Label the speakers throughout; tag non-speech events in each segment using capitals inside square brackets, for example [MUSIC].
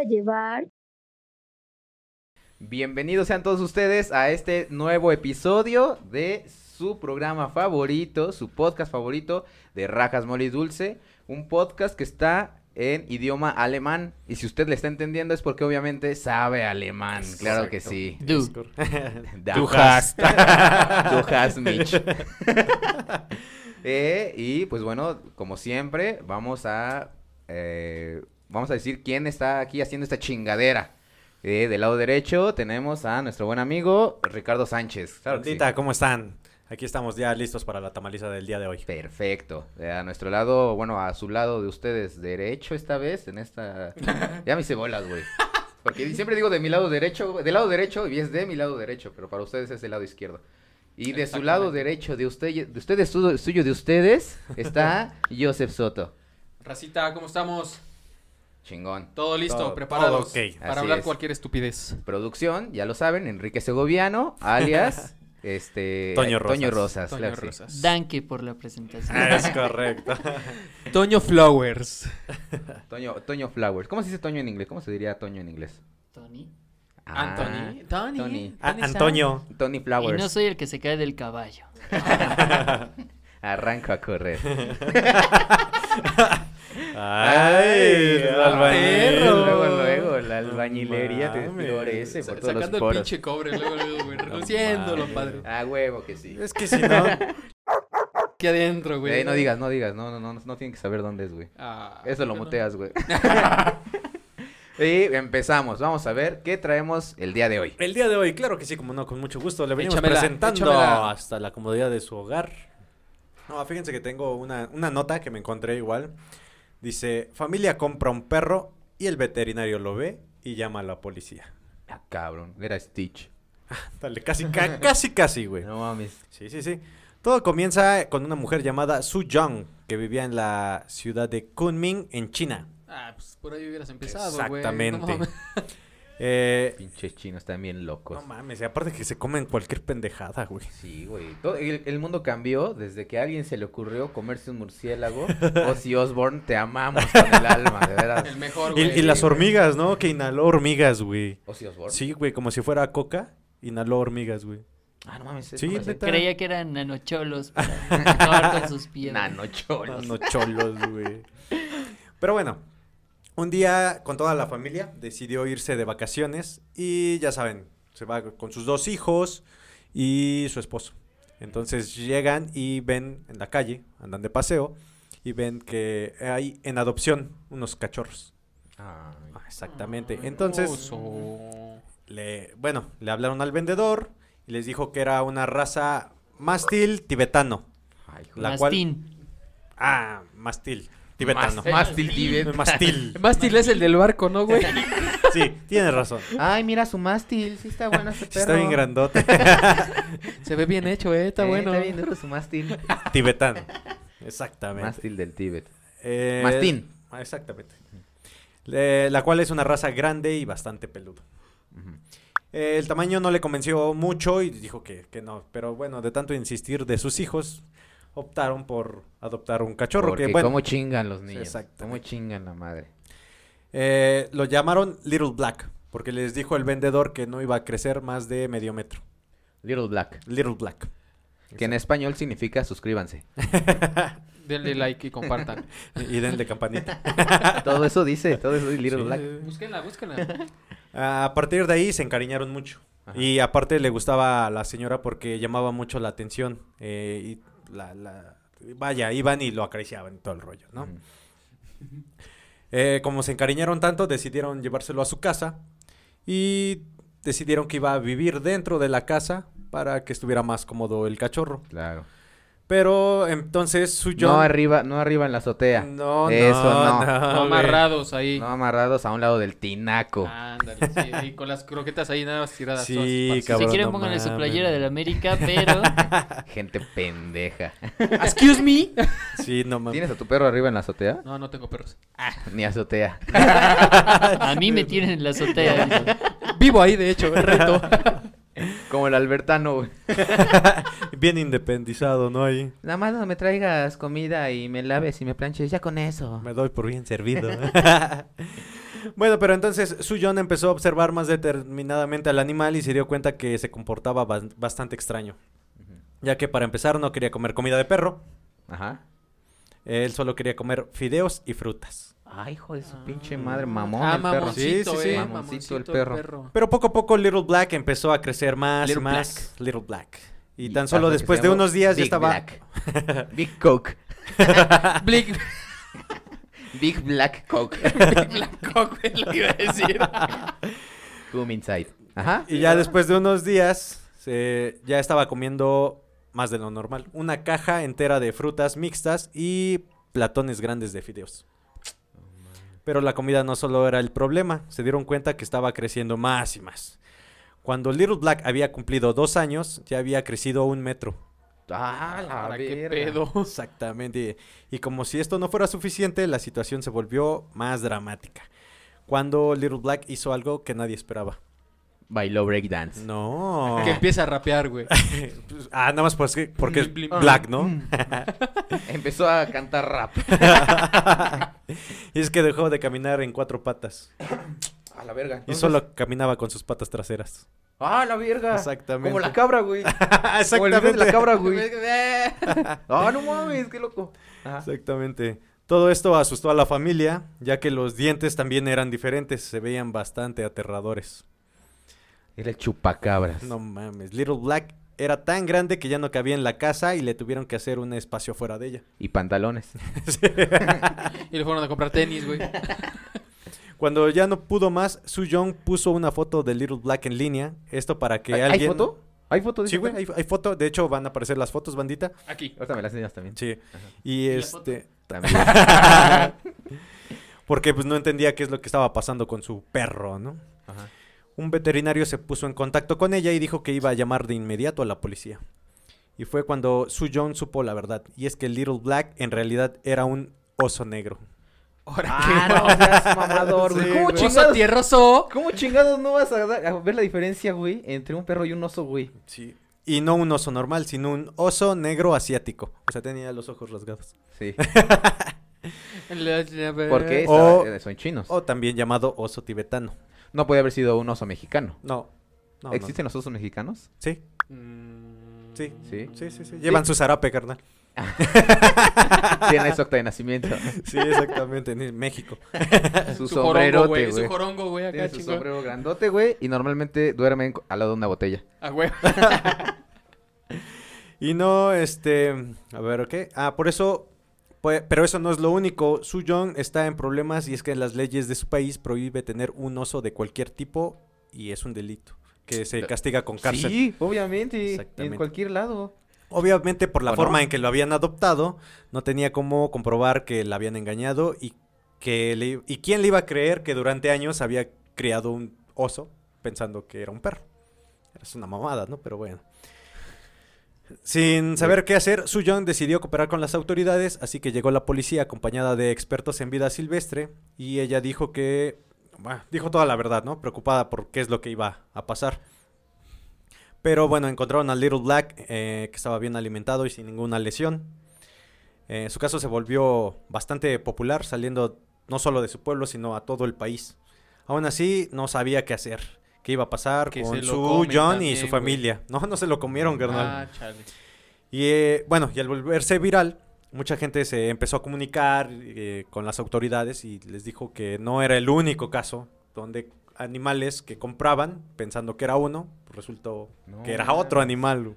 Speaker 1: a llevar.
Speaker 2: Bienvenidos sean todos ustedes a este nuevo episodio de su programa favorito, su podcast favorito de Rajas Moli Dulce, un podcast que está en idioma alemán y si usted le está entendiendo es porque obviamente sabe alemán, claro que sí.
Speaker 3: Du.
Speaker 2: [LAUGHS] Da-
Speaker 3: Du hast.
Speaker 2: Du hast mich. [LAUGHS] Eh, y pues bueno, como siempre, vamos a eh, vamos a decir quién está aquí haciendo esta chingadera. Eh, del lado derecho tenemos a nuestro buen amigo Ricardo Sánchez. Claro que sí.
Speaker 4: Bandita, ¿cómo están? Aquí estamos ya listos para la tamaliza del día de hoy.
Speaker 2: Perfecto. Eh, a nuestro lado, bueno, a su lado de ustedes derecho esta vez, en
Speaker 5: [LAUGHS]
Speaker 2: esta... ya me hice bolas, güey. Porque siempre digo de mi lado derecho, güey, del lado derecho, y es de mi lado derecho, pero para ustedes es del lado izquierdo. Y de su lado derecho, de usted, de ustedes, su- suyo de ustedes,
Speaker 5: [LAUGHS]
Speaker 2: está Joseph Soto.
Speaker 5: Racita, ¿cómo estamos?
Speaker 2: Chingón.
Speaker 5: Todo listo,
Speaker 4: Todo-
Speaker 5: preparados
Speaker 4: todo ok.
Speaker 5: para
Speaker 2: Así
Speaker 5: hablar
Speaker 2: es.
Speaker 5: cualquier estupidez.
Speaker 2: Producción, ya lo saben, Enrique Segoviano,
Speaker 5: [LAUGHS]
Speaker 2: alias, este...
Speaker 4: Toño Rosas.
Speaker 2: Rosas,
Speaker 5: Toño
Speaker 2: claro que sí.
Speaker 5: Rosas.
Speaker 3: Danke por la presentación.
Speaker 4: Ah, Es correcto.
Speaker 2: [LAUGHS]
Speaker 5: Toño Flowers.
Speaker 2: Toño, Toño Flowers. ¿Cómo se dice Toño en inglés? ¿Cómo se diría Toño en inglés?
Speaker 3: Tony.
Speaker 2: Ah,
Speaker 5: Anthony. Tony.
Speaker 2: Tony.
Speaker 4: Ah, Antonio.
Speaker 2: Tony
Speaker 3: Y
Speaker 2: Flowers.
Speaker 3: no soy el que se cae del caballo.
Speaker 2: Arranco a
Speaker 5: [LAUGHS]
Speaker 2: correr.
Speaker 4: Ay, el albañil.
Speaker 2: Perro. Luego, luego, la albañilería te
Speaker 4: Mames.
Speaker 2: florece
Speaker 5: Sa-
Speaker 2: por todos los
Speaker 5: sacando el
Speaker 2: poros.
Speaker 5: pinche cobre, luego, luego, güey. Reluciéndolo, padre.
Speaker 2: Ah, huevo que sí.
Speaker 4: Es que si no,
Speaker 5: Aquí adentro, güey.
Speaker 2: Eh, no digas, no digas, no, no, no, no tienen que saber dónde es, güey.
Speaker 5: Ah,
Speaker 2: Eso lo
Speaker 5: bueno.
Speaker 2: muteas,
Speaker 5: [LAUGHS]
Speaker 2: güey. [LAUGHS] y empezamos, vamos a ver qué traemos el día de hoy.
Speaker 4: el día de hoy, claro que sí, como no, con mucho gusto, le venimos
Speaker 5: Échamela,
Speaker 4: presentando
Speaker 5: échamela.
Speaker 4: hasta la comodidad de su hogar. No, fíjense que tengo una, una nota que me encontré igual. Dice, familia compra un perro y el veterinario lo ve y llama a la policía.
Speaker 2: Ah, cabrón, era Stitch.
Speaker 4: Dale,
Speaker 2: [LAUGHS]
Speaker 4: casi, ca- casi, casi, güey.
Speaker 2: No mames.
Speaker 4: Sí, sí, sí. Todo comienza con una mujer llamada Su Young, que vivía en la ciudad de Kunming, en China.
Speaker 5: Ah, pues por ahí hubieras empezado, güey. No
Speaker 4: Exactamente.
Speaker 5: mames.
Speaker 4: [LAUGHS] Eh,
Speaker 2: Pinches chinos están bien locos.
Speaker 4: no mames, y aparte que se comen cualquier pendejada, güey.
Speaker 2: Sí, güey. Todo- el, el mundo cambió desde que a alguien se le ocurrió comerse un
Speaker 5: [LAUGHS]
Speaker 2: murciélago. Ozzy Osbourne, te amamos con el alma, de veras.
Speaker 5: El mejor,
Speaker 4: Y,
Speaker 5: güey.
Speaker 4: y las hormigas, ¿no? Que inhaló hormigas, güey.
Speaker 2: Ozzy Osbourne.
Speaker 4: Sí, güey, como si fuera coca, inhaló hormigas, güey.
Speaker 2: Ah, no mames.
Speaker 4: Sí,
Speaker 2: es
Speaker 4: neta.
Speaker 3: Creía que eran nanocholos para acabar con sus piernas.
Speaker 2: Nanocholos.
Speaker 4: No [LAUGHS] cholos, güey. Pero bueno, un día con toda la familia decidió irse de vacaciones y ya saben, se va con sus dos hijos y su esposo. Entonces llegan y ven en la calle, andan de paseo y ven que hay en adopción unos cachorros.
Speaker 2: Ay.
Speaker 4: Ah, exactamente.
Speaker 5: Oh,
Speaker 4: Entonces,
Speaker 5: so-
Speaker 4: le, bueno, le hablaron al vendedor y les dijo que era una raza mástil tibetano.
Speaker 2: Ay, hijo.
Speaker 4: la cual-
Speaker 3: Mastín.
Speaker 4: Ah, mástil tibetano.
Speaker 2: Más- Mástil tibet.
Speaker 4: Mástil.
Speaker 5: Mástil es el del barco, ¿no, güey?
Speaker 4: Sí, tienes razón.
Speaker 2: Ay, mira su mástil. Sí está bueno
Speaker 4: [LAUGHS]
Speaker 2: ese perro.
Speaker 4: Está
Speaker 2: [LAUGHS]
Speaker 4: bien grandote.
Speaker 5: Se ve bien hecho, eh. Está
Speaker 2: Eh,
Speaker 5: bueno.
Speaker 2: Está bien duro su mástil.
Speaker 4: Tibetano. Exactamente.
Speaker 2: mástil del Tíbet.
Speaker 4: Eh,
Speaker 2: Mastín.
Speaker 4: ah, Exactamente. Eh, la cual es una raza grande y bastante peludo.
Speaker 2: Ujú.
Speaker 4: Eh, el tamaño no le convenció mucho y dijo que, que no. Pero bueno, de tanto insistir de sus hijos, optaron por adoptar un cachorro.
Speaker 2: Porque
Speaker 4: que bueno,
Speaker 2: cómo chingan los niños.
Speaker 4: Exactamente.
Speaker 2: Cómo chingan la madre.
Speaker 4: eh, lo llamaron Little Black. Porque les dijo el vendedor que no iba a crecer más de medio metro.
Speaker 2: Little Black.
Speaker 4: Little Black.
Speaker 2: Que en español significa
Speaker 4: [LAUGHS]
Speaker 2: suscríbanse.
Speaker 5: Denle like y compartan.
Speaker 4: Y denle campanita.
Speaker 2: todo eso dice, todo eso dice Little
Speaker 4: Ah. Sí.
Speaker 2: Black.
Speaker 5: Búsquenla, búsquenla.
Speaker 4: A partir de ahí se encariñaron mucho.
Speaker 2: Ajá.
Speaker 4: Y aparte le gustaba a la señora porque llamaba mucho la atención. eh, y la, la- Vaya, iban y lo acariciaban y todo el rollo, ¿no?
Speaker 2: Ujú.
Speaker 4: Eh, como se encariñaron tanto, decidieron llevárselo a su casa. Y decidieron que iba a vivir dentro de la casa para que estuviera más cómodo el cachorro.
Speaker 2: Claro.
Speaker 4: Pero entonces su
Speaker 2: No
Speaker 4: John-
Speaker 2: arriba, no arriba en la azotea.
Speaker 4: Pues No,
Speaker 2: Eso no.
Speaker 5: No,
Speaker 4: güey.
Speaker 5: amarrados ahí.
Speaker 2: No amarrados a un lado del tinaco.
Speaker 5: Ándale, sí, y con las croquetas ahí nada más tiradas.
Speaker 4: Sí,
Speaker 5: todas esparcidas.
Speaker 4: Cabrón,
Speaker 3: si quieren
Speaker 4: no
Speaker 3: pónganle su
Speaker 4: mames.
Speaker 3: playera del América, pero
Speaker 4: Ah.
Speaker 2: Gente pendeja.
Speaker 5: Excuse me.
Speaker 4: Sí, no mames.
Speaker 2: ¿Tienes a tu perro arriba en la azotea? [LAUGHS]
Speaker 5: No, no tengo perros.
Speaker 2: Ni azotea.
Speaker 3: a mí me tienen en la
Speaker 5: [LAUGHS]
Speaker 3: azotea. dice.
Speaker 5: Vivo ahí, de hecho, reto.
Speaker 2: Como el albertano, güey.
Speaker 4: Bien independizado, ¿no? Ahí
Speaker 2: Nada más no me traigas comida y me laves y me planches, ya con eso. [LAUGHS]
Speaker 4: me doy por bien servido. [LAUGHS] Bueno, pero entonces Suyon empezó a observar más determinadamente al animal y se dio cuenta que se comportaba bas- bastante extraño. Ya que para empezar no quería comer comida de perro,
Speaker 2: Ajá.
Speaker 4: él solo quería comer fideos y frutas.
Speaker 2: Ay, hijo de su
Speaker 5: Ah.
Speaker 2: pinche madre, mamón.
Speaker 5: ah,
Speaker 2: el perro.
Speaker 5: mamoncito,
Speaker 4: Sí, sí, sí.
Speaker 5: eh,
Speaker 2: Mamoncito el perro.
Speaker 4: Pero poco a poco Little Black empezó a crecer más
Speaker 2: Little
Speaker 4: y más. Little Black. Y tan
Speaker 2: hasta
Speaker 4: solo
Speaker 2: que se
Speaker 4: después de
Speaker 2: llamó
Speaker 4: unos días
Speaker 2: Big
Speaker 4: ya estaba... [LAUGHS]
Speaker 2: Black. Big [LAUGHS] Coke.
Speaker 5: Big
Speaker 2: [LAUGHS] Big Black [LAUGHS] Coke.
Speaker 5: Blanco, güey, lo que iba a decir.
Speaker 2: Come inside. Ajá.
Speaker 4: Y ya después de unos días se- ya estaba comiendo más de lo normal. Una caja entera de frutas mixtas y platones grandes de fideos. Pero la comida no solo era el problema, se dieron cuenta que estaba creciendo más y más. Cuando Little Black había cumplido dos años, ya había crecido un metro.
Speaker 2: Ah, la
Speaker 5: Ahora, qué
Speaker 2: verga.
Speaker 5: pedo.
Speaker 4: Exactamente. Y como si esto no fuera suficiente, la situación se volvió más dramática. Cuando Little Black hizo algo que nadie esperaba.
Speaker 2: Bailó [LAUGHS] breakdance.
Speaker 4: No.
Speaker 5: Que empieza a rapear, güey.
Speaker 4: Pues, Ah, nada más porque, porque es
Speaker 5: Blim, blim.
Speaker 4: black, ¿no?
Speaker 2: Empezó a cantar rap.
Speaker 4: y [LAUGHS] es que dejó de caminar en cuatro patas.
Speaker 2: A la verga.
Speaker 4: Y
Speaker 2: entonces-
Speaker 4: solo caminaba con sus patas traseras.
Speaker 2: Ah, la verga.
Speaker 4: Exactamente.
Speaker 2: Como la cabra, güey. Como el video de
Speaker 4: Exactamente.
Speaker 2: la [LAUGHS] cabra, güey. Ah, no mames, qué loco. Ajá.
Speaker 4: Exactamente. Todo esto asustó a la familia, ya que los dientes también eran diferentes, se veían bastante aterradores.
Speaker 2: Era el chupacabras.
Speaker 4: No mames, Little Black era tan grande que ya no cabía en la casa y le tuvieron que hacer un espacio fuera de ella. [LAUGHS]
Speaker 2: Y pantalones.
Speaker 4: Sí.
Speaker 5: Y le fueron a comprar tenis, güey.
Speaker 4: Cuando ya no pudo más, Su Young puso una foto de Little Black en línea, esto para que
Speaker 2: ¿Hay
Speaker 4: alguien
Speaker 2: hay foto? ¿Hay foto? de
Speaker 4: Sí,
Speaker 2: esa
Speaker 4: güey, hay, hay foto. De hecho, van a aparecer las fotos, bandita.
Speaker 5: Aquí.
Speaker 2: Ahorita me las enseñas
Speaker 4: [LAUGHS]
Speaker 2: también. Ah,
Speaker 4: Sí. Y
Speaker 5: la
Speaker 4: este.
Speaker 2: También.
Speaker 4: Porque pues no entendía qué es lo que estaba pasando con su perro, ¿no?
Speaker 2: Ajá.
Speaker 4: Un veterinario se puso en contacto con ella y dijo que iba a llamar de inmediato a la policía. Y fue cuando Su John supo la verdad. Y es que Little Black en realidad era un oso negro.
Speaker 5: Ahora,
Speaker 2: Ah,
Speaker 5: qué
Speaker 2: no seas mamador,
Speaker 4: Sí,
Speaker 2: güey. ¿Cómo,
Speaker 4: güey.
Speaker 5: Oso
Speaker 2: chingados,
Speaker 5: tierroso.
Speaker 2: ¿Cómo chingados no vas a, dar- a ver la diferencia, güey, entre un perro y un oso, güey?
Speaker 4: Sí. Y no un oso normal, sino un oso negro asiático. O sea, tenía los ojos rasgados.
Speaker 2: Sí. Porque
Speaker 5: Porque
Speaker 4: O-
Speaker 2: estaba- eh, son chinos.
Speaker 4: O también llamado oso tibetano.
Speaker 2: No podía haber sido un oso mexicano.
Speaker 4: No. no, no.
Speaker 2: ¿Existen los osos mexicanos?
Speaker 4: Sí,
Speaker 5: Mm,
Speaker 4: Sí. [LAUGHS]
Speaker 2: Sí.
Speaker 4: sí, sí, sí. Llevan su zarape, carnal.
Speaker 2: Tienen su acta de nacimiento.
Speaker 4: Sí, exactamente, en México.
Speaker 2: Su,
Speaker 5: Su
Speaker 2: sombrero,
Speaker 5: jorongo,
Speaker 2: güey.
Speaker 5: güey. Su jorongo, güey, acá,
Speaker 2: Tiene su
Speaker 5: chingón.
Speaker 2: sombrero grandote, güey. Y normalmente duermen co- al lado de una botella.
Speaker 5: A huevo.
Speaker 4: Y no, este, a ver, ¿qué? Ah, por eso, pues, pero eso no es lo único. Su Young está en problemas y es que las leyes de su país prohíbe tener un oso de cualquier tipo y es un delito que se castiga con cárcel.
Speaker 2: Sí, obviamente. En
Speaker 4: Exactamente.
Speaker 2: cualquier lado.
Speaker 4: Obviamente por la
Speaker 2: ¿O
Speaker 4: forma
Speaker 2: no?
Speaker 4: en que lo habían adoptado, no tenía cómo comprobar que la habían engañado y que le- y quién le iba a creer que durante años había criado un oso pensando que era un perro. Es una mamada, ¿no? Pero bueno. Sin saber qué hacer, Su Young decidió cooperar con las autoridades, así que llegó la policía acompañada de expertos en vida silvestre y ella dijo que, bueno, dijo toda la verdad, ¿no? Preocupada por qué es lo que iba a pasar. Pero bueno, encontraron a Little Black eh, que estaba bien alimentado y sin ninguna lesión. Eh, su caso se volvió bastante popular, saliendo no solo de su pueblo, sino a todo el país. Aún así, no sabía qué hacer, qué iba a pasar
Speaker 5: Que
Speaker 4: con
Speaker 5: se lo
Speaker 4: su John
Speaker 5: comen
Speaker 4: y
Speaker 5: también,
Speaker 4: su
Speaker 5: güey.
Speaker 4: familia. No, no se lo comieron, carnal.
Speaker 5: Ah, chale.
Speaker 4: Y eh, bueno, y al volverse viral, mucha gente se empezó a comunicar eh, con las autoridades y les dijo que no era el único caso donde animales que compraban pensando que era uno, resultó
Speaker 2: No
Speaker 4: que era otro
Speaker 2: mames.
Speaker 4: animal.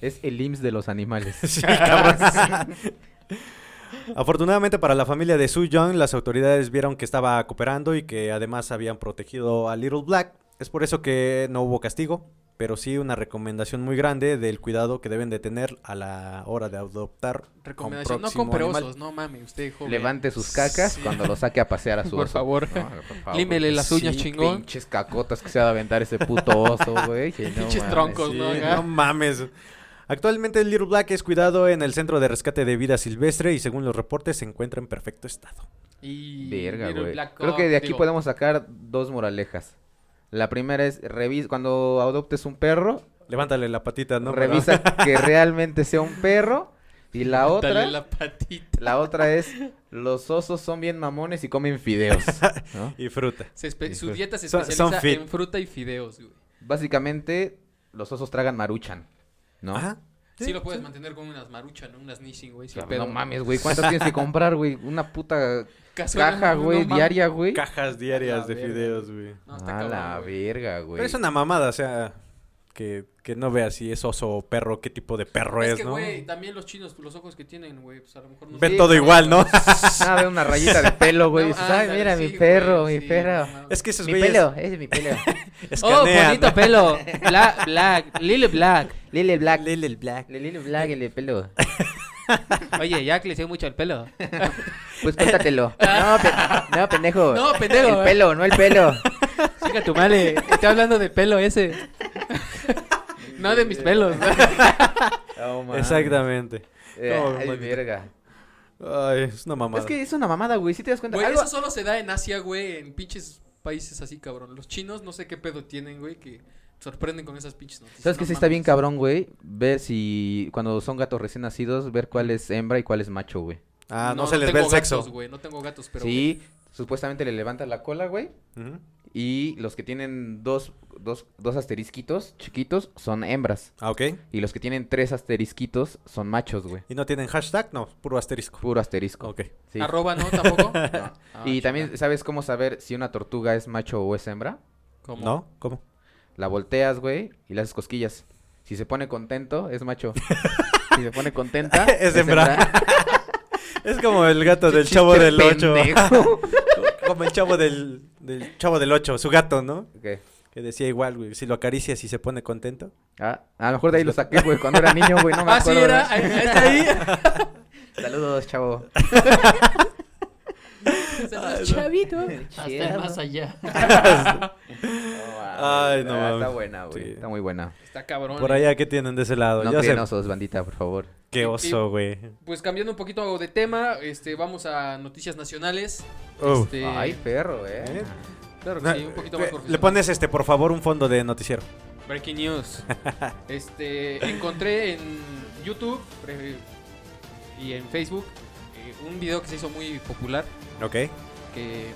Speaker 2: Es el IMSS de los
Speaker 5: [LAUGHS]
Speaker 2: animales.
Speaker 4: Sí, [LAUGHS] cabrón. Afortunadamente para la familia de Su Young, las autoridades vieron que estaba cooperando y que además habían protegido a Little Black. Es por eso que no hubo castigo, pero sí una recomendación muy grande del cuidado que deben de tener a la hora de adoptar. a un
Speaker 5: Recomendación, no
Speaker 4: próximo
Speaker 5: compre
Speaker 4: animal.
Speaker 5: osos, no mames, usted joven.
Speaker 2: Levante sus cacas
Speaker 5: Sí.
Speaker 2: cuando lo saque a pasear a su
Speaker 5: Por
Speaker 2: oso.
Speaker 5: favor.
Speaker 2: No, por favor.
Speaker 5: Límele las uñas,
Speaker 2: Sí,
Speaker 5: chingón.
Speaker 2: Pinches cacotas que se va a aventar ese puto oso, güey. que no
Speaker 5: Pinches
Speaker 2: mames.
Speaker 5: troncos,
Speaker 4: Sí,
Speaker 5: ¿no? Acá.
Speaker 4: no mames. Actualmente Little Black es cuidado en el Centro de Rescate de Vida Silvestre y según los reportes se encuentra en perfecto estado.
Speaker 5: Y
Speaker 2: Verga,
Speaker 5: Little
Speaker 2: güey.
Speaker 5: Black
Speaker 2: Creo
Speaker 5: Cock,
Speaker 2: que de aquí
Speaker 5: digo,
Speaker 2: podemos sacar dos moralejas. La primera es revis cuando adoptes un perro,
Speaker 4: Levántale la patita, ¿no?
Speaker 2: revisa que realmente sea un perro Y la otra,
Speaker 5: Dale
Speaker 2: la...
Speaker 5: la patita.
Speaker 2: otra es, los osos son bien mamones y comen fideos. ¿no?
Speaker 4: Y fruta.
Speaker 5: Se espe- su
Speaker 2: Hijo.
Speaker 5: dieta se
Speaker 4: Son-
Speaker 5: especializa
Speaker 4: son fit.
Speaker 5: en fruta y fideos, güey.
Speaker 2: Básicamente, los osos tragan maruchan, ¿no?
Speaker 4: Ajá.
Speaker 5: Sí, lo puedes mantener con unas maruchas, ¿no? Unas Nissin, güey. sin
Speaker 2: Claro,
Speaker 5: pedo.
Speaker 2: no mames, güey. ¿Cuántas tienes que comprar, güey? Una puta
Speaker 5: Cazuela,
Speaker 2: caja,
Speaker 5: no
Speaker 2: güey,
Speaker 5: mames.
Speaker 2: diaria, güey.
Speaker 4: Cajas diarias de
Speaker 5: verga.
Speaker 4: fideos, güey.
Speaker 5: No, está
Speaker 2: A la
Speaker 5: cabrón, güey.
Speaker 2: verga, güey.
Speaker 4: Pero es una mamada, o sea, que, que no veas si es oso o perro, qué tipo de perro es,
Speaker 5: Es que,
Speaker 4: Pues, ¿no?
Speaker 5: güey, también los chinos, pues, los ojos que tienen, güey, pues a lo mejor no...
Speaker 4: Ven
Speaker 5: Sí,
Speaker 4: todo
Speaker 5: no,
Speaker 4: igual, ¿no?
Speaker 2: Nada, una rayita de pelo, güey.
Speaker 5: [LAUGHS] No,
Speaker 2: dices, ay,
Speaker 5: ándale,
Speaker 2: mira,
Speaker 5: sí,
Speaker 2: mi
Speaker 5: güey,
Speaker 2: perro,
Speaker 5: sí,
Speaker 2: mi perro.
Speaker 5: no mames.
Speaker 4: Es que esos
Speaker 2: Mi
Speaker 4: güeyes
Speaker 2: pelo, ese es mi pelo.
Speaker 3: Oh,
Speaker 4: escanean.
Speaker 3: bonito pelo. Black, black, Lily Black. [LAUGHS]
Speaker 2: Lily Black.
Speaker 4: Lil Black.
Speaker 2: Lily Black, el pelo.
Speaker 3: Oye, ya creció mucho el pelo.
Speaker 2: Pues
Speaker 5: [LAUGHS]
Speaker 2: cuéntatelo. No,
Speaker 5: Ah.
Speaker 2: pe- no, pendejo.
Speaker 3: No, pendejo.
Speaker 5: eh.
Speaker 2: El pelo, no el pelo.
Speaker 3: Chica tu madre. Estoy hablando de pelo ese. No de mis pelos.
Speaker 4: [LAUGHS] Exactamente.
Speaker 2: Eh,
Speaker 4: No,
Speaker 2: ay,
Speaker 4: maldito.
Speaker 2: verga.
Speaker 4: Ay, es una mamada.
Speaker 2: Es que es una mamada, güey. Si te das cuenta.
Speaker 5: Güey,
Speaker 2: Algo-
Speaker 5: eso solo se da en Asia, güey, en pinches países así, cabrón. Los chinos no sé qué pedo tienen, güey, que sorprenden con esas pinches noticias.
Speaker 2: ¿Sabes
Speaker 5: no
Speaker 2: que sí está bien
Speaker 5: mames.
Speaker 2: cabrón, güey? Ver si cuando son gatos recién nacidos, ver cuál es hembra y cuál es macho, güey.
Speaker 4: Ah, no, se les ve el
Speaker 5: tengo gatos,
Speaker 4: sexo.
Speaker 5: güey, no tengo gatos, pero...
Speaker 2: sí, supuestamente le levantas la cola, güey.
Speaker 4: Ujú.
Speaker 2: Y los que tienen dos, dos, dos asterisquitos chiquitos son hembras.
Speaker 4: Ah, ok.
Speaker 2: Y los que tienen tres asterisquitos son machos, güey.
Speaker 4: ¿Y no tienen hashtag? No, puro asterisco.
Speaker 2: Puro asterisco.
Speaker 4: Ok.
Speaker 2: Sí.
Speaker 5: Arroba, ¿no?
Speaker 4: [LAUGHS]
Speaker 5: ah, Tampoco.
Speaker 2: No. y también, ¿sabes cómo saber si una tortuga es macho o es hembra?
Speaker 5: ¿Cómo?
Speaker 4: ¿No? ¿Cómo?
Speaker 2: La volteas, güey, y le haces cosquillas. Si se pone contento, es macho. si se pone contenta,
Speaker 4: Es hembra. Es como el gato
Speaker 2: [LAUGHS]
Speaker 4: del
Speaker 2: Chiste
Speaker 4: chavo del 8.
Speaker 2: pendejo.
Speaker 4: [LAUGHS] Como el chavo del, del chavo del 8, su gato, ¿no?
Speaker 2: ¿Qué?
Speaker 4: Que decía igual, güey. Si lo acaricias y se pone contento.
Speaker 2: Ah, a lo mejor de ahí lo saqué, güey, cuando era niño, güey, no me
Speaker 5: [LAUGHS] Ah, sí,
Speaker 2: acuerdo.
Speaker 5: era.
Speaker 2: ¿verdad?
Speaker 5: Ahí,
Speaker 4: [LAUGHS]
Speaker 5: está ahí.
Speaker 2: Saludos, chavo. [LAUGHS]
Speaker 3: Chavito. Hasta el
Speaker 2: Chido.
Speaker 3: más allá.
Speaker 4: Ay, no
Speaker 2: Ah, Está
Speaker 4: mames.
Speaker 2: buena, güey.
Speaker 4: Sí.
Speaker 2: Está muy buena.
Speaker 5: Está cabrón.
Speaker 4: Por
Speaker 5: eh.
Speaker 4: allá, ¿qué tienen de ese lado?
Speaker 2: No
Speaker 4: ya sé.
Speaker 2: creen osos, bandita, por favor.
Speaker 4: Qué
Speaker 5: Y-
Speaker 4: oso, güey.
Speaker 5: Pues cambiando un poquito de tema, este, vamos a noticias nacionales.
Speaker 4: Oh.
Speaker 5: Este,
Speaker 2: Ay, perro, eh.
Speaker 4: ¿Eh?
Speaker 5: claro
Speaker 4: No,
Speaker 5: que sí, un poquito más
Speaker 4: eh,
Speaker 5: profesional.
Speaker 4: Le pones este, por favor, un fondo de noticiero.
Speaker 5: Breaking
Speaker 4: [LAUGHS]
Speaker 5: news. Este, encontré en YouTube pre- y en Facebook eh, un video que se hizo muy popular
Speaker 4: Ok.
Speaker 5: que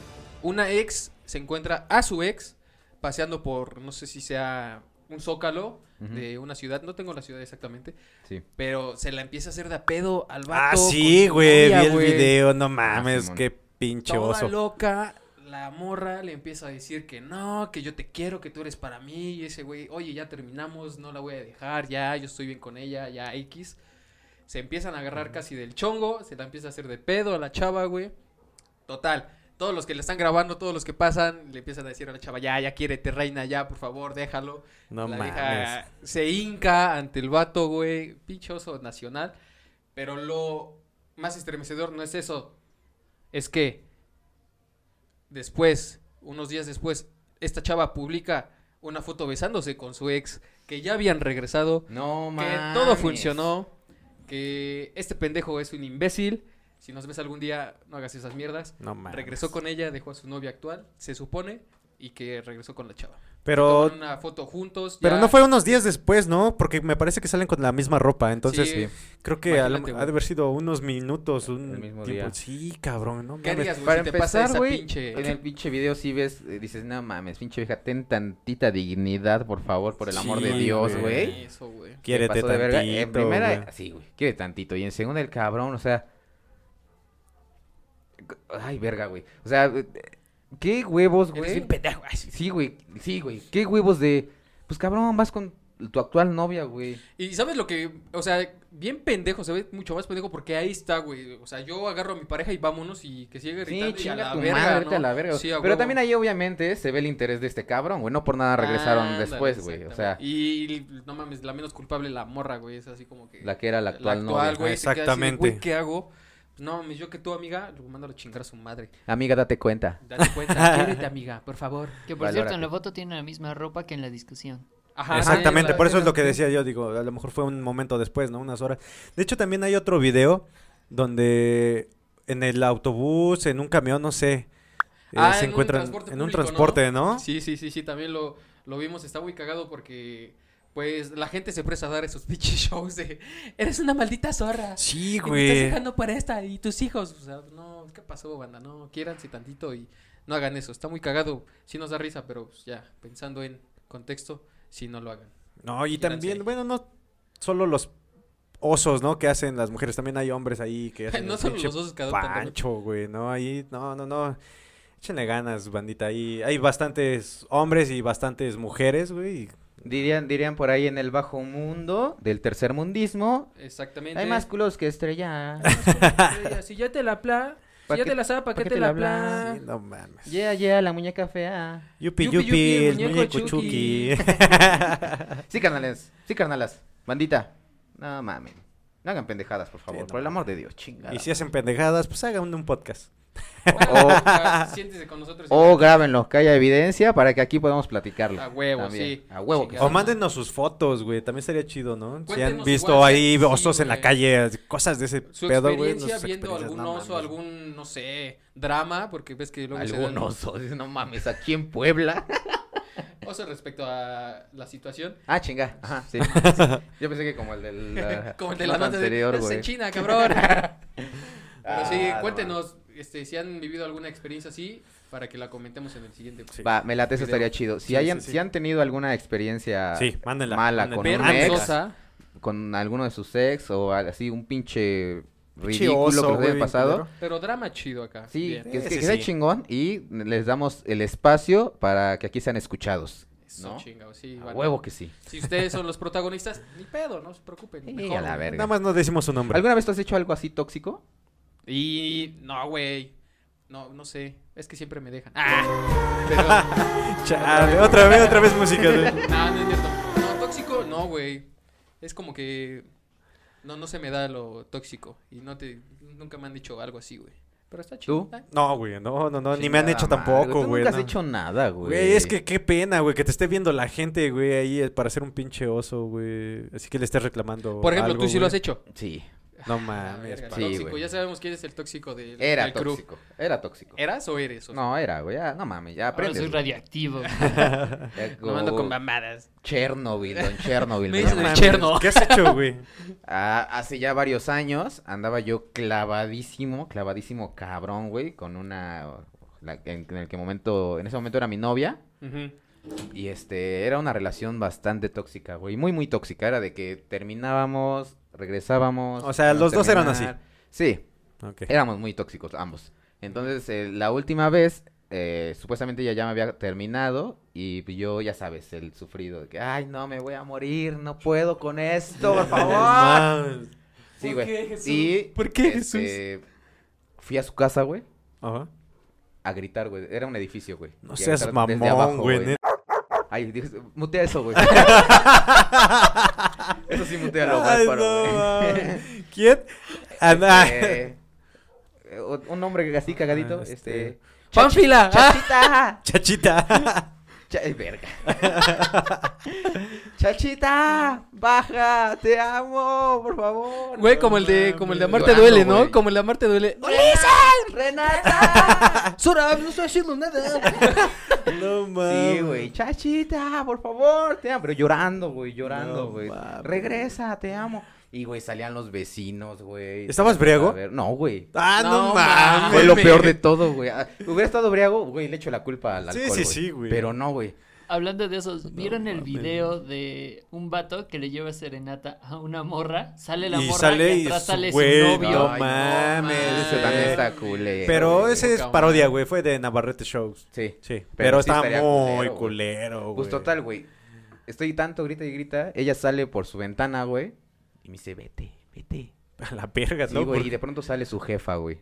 Speaker 5: una ex se encuentra a su ex paseando por no sé si sea un zócalo
Speaker 2: Ujú.
Speaker 5: de una ciudad, no tengo la ciudad exactamente,
Speaker 2: Sí.
Speaker 5: pero se la empieza a hacer de a pedo al vato.
Speaker 4: Ah,
Speaker 5: con
Speaker 4: sí,
Speaker 5: su
Speaker 4: güey. Vi
Speaker 5: novia,
Speaker 4: el
Speaker 5: güey. Ah,
Speaker 4: video, no mames.
Speaker 2: Simón.
Speaker 4: qué pinche
Speaker 5: Toda
Speaker 4: oso.
Speaker 5: loca, la morra le empieza a decir que no, que yo te quiero, que tú eres para mí. Y ese güey, oye, ya terminamos, no la voy a dejar, ya, yo estoy bien con ella, ya X. Se empiezan a agarrar casi del chongo, se la empieza a hacer de pedo a la chava, güey. Total, todos los que le están grabando, todos los que pasan, le empiezan a decir a la chava, ya, ya quiérete, reina, ya, por favor, déjalo.
Speaker 4: No
Speaker 5: La
Speaker 4: mames.
Speaker 5: vieja se hinca ante el vato, güey. Pichoso nacional. Pero lo más estremecedor no es eso. Es que después, unos días después, esta chava publica una foto besándose con su ex, que ya habían regresado,
Speaker 2: No
Speaker 5: que
Speaker 2: mames.
Speaker 5: todo funcionó, que este pendejo es un imbécil. Si nos ves algún día, no hagas esas mierdas.
Speaker 4: No mames.
Speaker 5: Regresó con ella, dejó a su novia actual, se supone, y que regresó con la chava.
Speaker 4: Pero,
Speaker 5: Tomaron una foto juntos.
Speaker 4: pero
Speaker 5: ya-
Speaker 4: no fue unos días después, ¿no? Porque me parece que salen con la misma ropa. Entonces,
Speaker 5: Sí.
Speaker 4: creo que a lo-
Speaker 5: Imagínate, güey.
Speaker 4: ha de haber sido unos minutos, un
Speaker 2: El mismo
Speaker 4: tiempo.
Speaker 2: día.
Speaker 4: Sí, cabrón, no
Speaker 5: ¿Qué
Speaker 4: mames.
Speaker 5: harías, güey,
Speaker 2: Para
Speaker 5: si te pasa
Speaker 2: empezar,
Speaker 5: esa
Speaker 2: güey,
Speaker 5: pinche-
Speaker 2: en el pinche video sí ves, eh, dices, no mames, pinche vieja, ten tantita dignidad, por favor, por el amor de
Speaker 4: Sí,
Speaker 2: Dios,
Speaker 4: güey.
Speaker 2: güey.
Speaker 5: Eso, güey.
Speaker 2: Se
Speaker 4: Quiérete
Speaker 2: pasó de
Speaker 4: tantito,
Speaker 2: verga. En primera,
Speaker 4: güey.
Speaker 2: sí, güey, quiere tantito. Y en segunda, el cabrón, o sea... Ay, verga, güey. O sea, eh, qué huevos,
Speaker 5: Eres
Speaker 2: güey.
Speaker 5: un pendejo. Ay, sí.
Speaker 2: Sí, güey, sí, güey. Qué huevos de... Pues, cabrón, vas con tu actual novia, güey.
Speaker 5: Y sabes lo que, o sea, bien pendejo, se ve mucho más pendejo porque ahí está, güey. O sea, yo agarro a mi pareja y vámonos y que sigue
Speaker 2: Sí,
Speaker 5: gritando y a
Speaker 2: chinga
Speaker 5: la
Speaker 2: tu
Speaker 5: verga,
Speaker 2: madre,
Speaker 5: ¿no?
Speaker 2: vete a la verga.
Speaker 5: Sí, a
Speaker 2: Pero
Speaker 5: huevo.
Speaker 2: también ahí, obviamente, se ve el interés de este cabrón, güey. No por nada regresaron
Speaker 5: Ándale,
Speaker 2: después, güey. O sea,
Speaker 5: exactamente. Y, y no mames, la menos culpable la morra, güey. Es así como que.
Speaker 2: la que era la actual, novia.
Speaker 5: güey. se queda así de,
Speaker 4: Exactamente.
Speaker 5: Güey, ¿qué hago? Pues, no mames, yo que tú, amiga, luego mándalo a chingar a su madre.
Speaker 2: Amiga, date cuenta.
Speaker 5: Date cuenta, [LAUGHS] quiérete, amiga, por favor.
Speaker 3: Que por
Speaker 2: Valórate.
Speaker 3: cierto, en la foto tiene la misma ropa que en la discusión.
Speaker 5: Ajá,
Speaker 4: Exactamente,
Speaker 5: sí,
Speaker 4: por eso es lo que
Speaker 5: sí.
Speaker 4: decía yo, digo, a lo mejor fue un momento después, ¿no? Unas horas. De hecho, también hay otro video donde en el autobús, en un camión, no sé, eh,
Speaker 5: Ah,
Speaker 4: se
Speaker 5: en un
Speaker 4: encuentran
Speaker 5: transporte
Speaker 4: en un
Speaker 5: público, ¿no?
Speaker 4: transporte, ¿no?
Speaker 5: Sí, sí, sí, sí, también lo, lo vimos, está muy cagado porque Pues la gente se presta a dar esos [LAUGHS] pinches shows de eres una maldita zorra.
Speaker 4: Sí,
Speaker 5: Y me estás
Speaker 4: güey.
Speaker 5: dejando para esta y tus hijos. O sea, no, ¿qué pasó, banda? No, quiéranse tantito y no hagan eso. Está muy cagado. Sí nos da risa, pero pues, ya, pensando en contexto, sí no lo hagan.
Speaker 4: No, y
Speaker 5: Quítense
Speaker 4: también,
Speaker 5: ahí.
Speaker 4: bueno, no solo los osos, ¿no? Que hacen las mujeres, también hay hombres ahí que hacen
Speaker 5: [LAUGHS] no
Speaker 4: el
Speaker 5: solo
Speaker 4: pinche
Speaker 5: los osos que adoptan. también.
Speaker 4: Pancho, güey, no, ahí, no, no, no. Échenle ganas, bandita. Ahí hay bastantes hombres y bastantes mujeres, güey. y-
Speaker 2: Dirían, dirían por ahí en el bajo mundo del tercer mundismo.
Speaker 5: Exactamente.
Speaker 2: Hay
Speaker 5: [LAUGHS]
Speaker 2: más culos que estrella.
Speaker 5: si ya te la pla,
Speaker 2: ¿Pa
Speaker 5: si ya
Speaker 2: qué-
Speaker 5: te la sabe, ¿para
Speaker 2: pa
Speaker 5: qué te la pla?
Speaker 2: hablas?
Speaker 4: Sí, [LAUGHS] no mames.
Speaker 2: Yeah, yeah, la muñeca fea.
Speaker 4: Yupi,
Speaker 5: Yupi,
Speaker 4: yupi,
Speaker 5: yupi,
Speaker 4: el
Speaker 5: muñeco
Speaker 4: muñeco
Speaker 5: Chucky.
Speaker 4: Chucky. [LAUGHS]
Speaker 2: Sí, carnales. Sí, carnalas. Bandita. No mamen. No hagan pendejadas, por favor.
Speaker 4: no
Speaker 2: por el amor de Dios, chingada.
Speaker 4: y si hacen pendejadas, pues hagan un podcast.
Speaker 5: Bueno, [LAUGHS] ya, siéntese con nosotros. y-
Speaker 2: O grábenlo, que haya evidencia para que aquí podamos platicarlo.
Speaker 5: A huevo, sí.
Speaker 2: A huevo. que
Speaker 5: Ya.
Speaker 4: O mándenos sus fotos, güey. También sería chido, ¿no? Si han
Speaker 5: Cuéntenos
Speaker 4: visto
Speaker 5: igual,
Speaker 4: ahí
Speaker 5: sí,
Speaker 4: osos en
Speaker 5: güey.
Speaker 4: la calle, cosas de ese
Speaker 5: su
Speaker 4: pedo, güey.
Speaker 5: experiencia
Speaker 4: nuestras
Speaker 5: viendo
Speaker 4: experiencias,
Speaker 5: algún
Speaker 4: no
Speaker 5: oso,
Speaker 4: mames.
Speaker 5: algún, no sé, drama, porque ves que
Speaker 2: sí.
Speaker 5: luego se dan-
Speaker 2: Algún
Speaker 5: [LAUGHS]
Speaker 2: oso. Dices, Oh, no mames, aquí en Puebla.
Speaker 5: oso respecto a la situación.
Speaker 2: Ah, chinga. Ajá,
Speaker 4: [LAUGHS]
Speaker 2: sí. Yo pensé que como el
Speaker 5: [LAUGHS]
Speaker 2: del. ah,
Speaker 5: Como el de la
Speaker 2: nota
Speaker 5: nota de-
Speaker 2: anterior,
Speaker 5: "Estás
Speaker 2: güey. Ah, [LAUGHS]
Speaker 5: en China, cabrón. Pero sí,
Speaker 4: Ah, no
Speaker 5: cuéntenos este, si han vivido alguna experiencia así para que la comentemos en el siguiente.
Speaker 4: Sí.
Speaker 2: Va, me late, eso
Speaker 5: Video.
Speaker 2: estaría chido. Si,
Speaker 4: Sí,
Speaker 2: hayan,
Speaker 4: sí, sí.
Speaker 2: si han tenido alguna experiencia
Speaker 4: Sí, mándenla.
Speaker 2: mala
Speaker 4: mándenla.
Speaker 2: con
Speaker 5: Ver
Speaker 2: un
Speaker 4: Mándenla.
Speaker 2: ex,
Speaker 5: gozosa.
Speaker 2: con alguno de sus ex o al- así un pinche
Speaker 4: Pinche
Speaker 2: ridículo
Speaker 4: oso,
Speaker 2: que les
Speaker 4: güey,
Speaker 2: haya pasado.
Speaker 4: culero.
Speaker 5: Pero drama chido acá.
Speaker 2: Sí,
Speaker 5: Bien.
Speaker 2: que,
Speaker 4: Ese
Speaker 2: que sea
Speaker 4: sí.
Speaker 2: chingón y les damos el espacio para que aquí sean escuchados.
Speaker 5: Eso
Speaker 2: ¿no?
Speaker 5: chingado, sí.
Speaker 2: A
Speaker 5: vale.
Speaker 2: huevo que sí.
Speaker 5: Si ustedes son los protagonistas, ni pedo, no se preocupen.
Speaker 2: Sí,
Speaker 5: mejor,
Speaker 2: a la
Speaker 5: güey.
Speaker 2: verga.
Speaker 4: Nada más no decimos su nombre.
Speaker 2: ¿Alguna vez tú has hecho algo así tóxico?
Speaker 5: Y no, güey. No, no sé. Es que siempre
Speaker 2: [LAUGHS]
Speaker 5: me dejan. ¡Ah!
Speaker 4: Chale, otra vez, otra vez música. güey.
Speaker 5: [LAUGHS] Pero, Ah, no, no es cierto. No, tóxico, no, güey. Es como que. No, no se me da lo tóxico. Y no te. Nunca me han dicho algo así, güey. Pero está chido.
Speaker 2: ¿Tú?
Speaker 5: ¿eh?
Speaker 4: No, güey, no, no, no, ni me han
Speaker 2: Chingada
Speaker 4: hecho
Speaker 2: madre,
Speaker 4: tampoco,
Speaker 2: Tú
Speaker 4: güey.
Speaker 2: Nunca has
Speaker 4: no.
Speaker 2: hecho nada, güey.
Speaker 4: Güey, es que qué pena, güey, que te esté viendo la gente, güey, ahí eh, para ser un pinche oso, güey. Así que le estés reclamando.
Speaker 5: Por ejemplo,
Speaker 4: algo,
Speaker 5: tú sí lo has
Speaker 4: güey.
Speaker 5: hecho.
Speaker 2: Sí,
Speaker 4: No
Speaker 5: Ah,
Speaker 4: mames,
Speaker 5: verga,
Speaker 4: pa.
Speaker 2: sí,
Speaker 5: tóxico.
Speaker 2: güey.
Speaker 5: Ya sabemos quién es el tóxico del,
Speaker 2: era
Speaker 5: del crew.
Speaker 2: tóxico. Era tóxico.
Speaker 5: ¿Eras o eres? O sea,
Speaker 2: No, era, güey. ya, No mames, ya
Speaker 5: ahora soy
Speaker 2: aprendes. güey.
Speaker 5: radioactivo.
Speaker 2: Ya
Speaker 5: No ando
Speaker 2: como
Speaker 5: con mamadas.
Speaker 2: Chernobyl, don Chernobyl.
Speaker 5: Me
Speaker 2: me
Speaker 5: [LAUGHS] dicen
Speaker 4: No
Speaker 5: el
Speaker 2: llaman.
Speaker 4: mames,
Speaker 5: Cherno.
Speaker 4: ¿Qué has hecho,
Speaker 5: [LAUGHS]
Speaker 4: güey?
Speaker 2: Ah, hace ya varios años andaba yo clavadísimo, clavadísimo cabrón, güey, con una la- en, en el que momento en ese momento era mi novia
Speaker 5: Ujú.
Speaker 2: y este era una relación bastante tóxica, güey, muy muy tóxica, era de que terminábamos, regresábamos.
Speaker 4: O sea,
Speaker 2: no
Speaker 4: los dos eran así.
Speaker 2: Sí,
Speaker 4: Ok.
Speaker 2: éramos muy tóxicos ambos. Entonces, eh, la última vez eh, supuestamente ella ya me había terminado y pues yo, ya sabes, el sufrido de que, ay, no, me voy a morir, no puedo con esto,
Speaker 4: [LAUGHS]
Speaker 2: por favor.
Speaker 4: Mames.
Speaker 2: Sí,
Speaker 5: ¿Por qué,
Speaker 2: güey.
Speaker 5: Jesús?
Speaker 2: Y,
Speaker 5: ¿Por qué,
Speaker 2: este, Fui a su casa, güey,
Speaker 4: Ajá.
Speaker 2: a gritar, güey. Era un edificio, güey.
Speaker 4: No
Speaker 2: Y a
Speaker 4: seas
Speaker 2: gritar desde
Speaker 4: mamón,
Speaker 2: abajo,
Speaker 4: güey. neta.
Speaker 2: Ay, Dios, mutea eso,
Speaker 4: [LAUGHS]
Speaker 2: güey. eso sí mutea lo
Speaker 4: Ay,
Speaker 2: bárbaro,
Speaker 4: no,
Speaker 2: güey. [LAUGHS]
Speaker 4: mames. ¿Quién? Ah, [LAUGHS] nah.
Speaker 2: Eh, eh, un hombre así cagadito,
Speaker 4: Ah, este,
Speaker 2: este...
Speaker 5: ¡Panfila! ¡Ah!
Speaker 2: ¡Chachita! [LAUGHS]
Speaker 4: Chachita.
Speaker 2: Cha- eh, ay, verga.
Speaker 4: [LAUGHS]
Speaker 2: Chachita, baja, te amo, por favor.
Speaker 5: Güey, como el de, como el de
Speaker 4: mames.
Speaker 5: Amarte Duele, ¿no?
Speaker 2: Llorando, güey.
Speaker 5: Como el de Amarte Duele.
Speaker 2: Renata.
Speaker 5: ¡Sora, no estoy haciendo nada!
Speaker 4: No mames.
Speaker 2: Sí, güey. Chachita, por favor, te amo. Pero llorando, güey, llorando,
Speaker 4: No
Speaker 2: güey.
Speaker 4: mames.
Speaker 2: Regresa, te amo. Y, güey, salían los vecinos, güey.
Speaker 4: ¿Estabas briago?
Speaker 2: A ver, No,
Speaker 4: [LAUGHS]
Speaker 2: güey.
Speaker 4: Ah, no,
Speaker 5: No
Speaker 4: mames.
Speaker 2: Fue lo peor de todo, güey. Ah, Hubiera estado briago, güey, le echo la culpa al
Speaker 4: Sí,
Speaker 2: alcohol,
Speaker 4: sí, sí, güey.
Speaker 2: Pero no, güey.
Speaker 1: Hablando de esos, ¿vieron el
Speaker 4: mames.
Speaker 1: video de un vato que le lleva serenata a una morra? Sale la
Speaker 4: Y
Speaker 1: morra
Speaker 4: sale
Speaker 1: y
Speaker 4: y
Speaker 1: atrás sale
Speaker 4: su
Speaker 1: su
Speaker 4: güey.
Speaker 1: novio.
Speaker 4: No
Speaker 2: Ay, no
Speaker 4: mames.
Speaker 2: Ese
Speaker 5: Sí.
Speaker 2: también
Speaker 5: Eh,
Speaker 4: güey.
Speaker 2: está culero.
Speaker 4: Pero
Speaker 2: güey.
Speaker 4: ese es
Speaker 5: Poca
Speaker 4: parodia,
Speaker 5: madre.
Speaker 4: güey. Fue de Navarrete Shows.
Speaker 2: Sí.
Speaker 4: Sí. Pero,
Speaker 2: Pero sí
Speaker 4: está
Speaker 2: estaría
Speaker 4: muy
Speaker 2: culero, güey.
Speaker 4: culero, güey.
Speaker 2: Pues total, güey. Estoy tanto grita y grita. Ella sale por su ventana, güey. Y me dice, vete, vete.
Speaker 4: [LAUGHS] A la verga,
Speaker 2: Sí,
Speaker 4: ¿no?
Speaker 2: güey.
Speaker 4: Porque-
Speaker 2: Y de pronto sale su jefa, güey.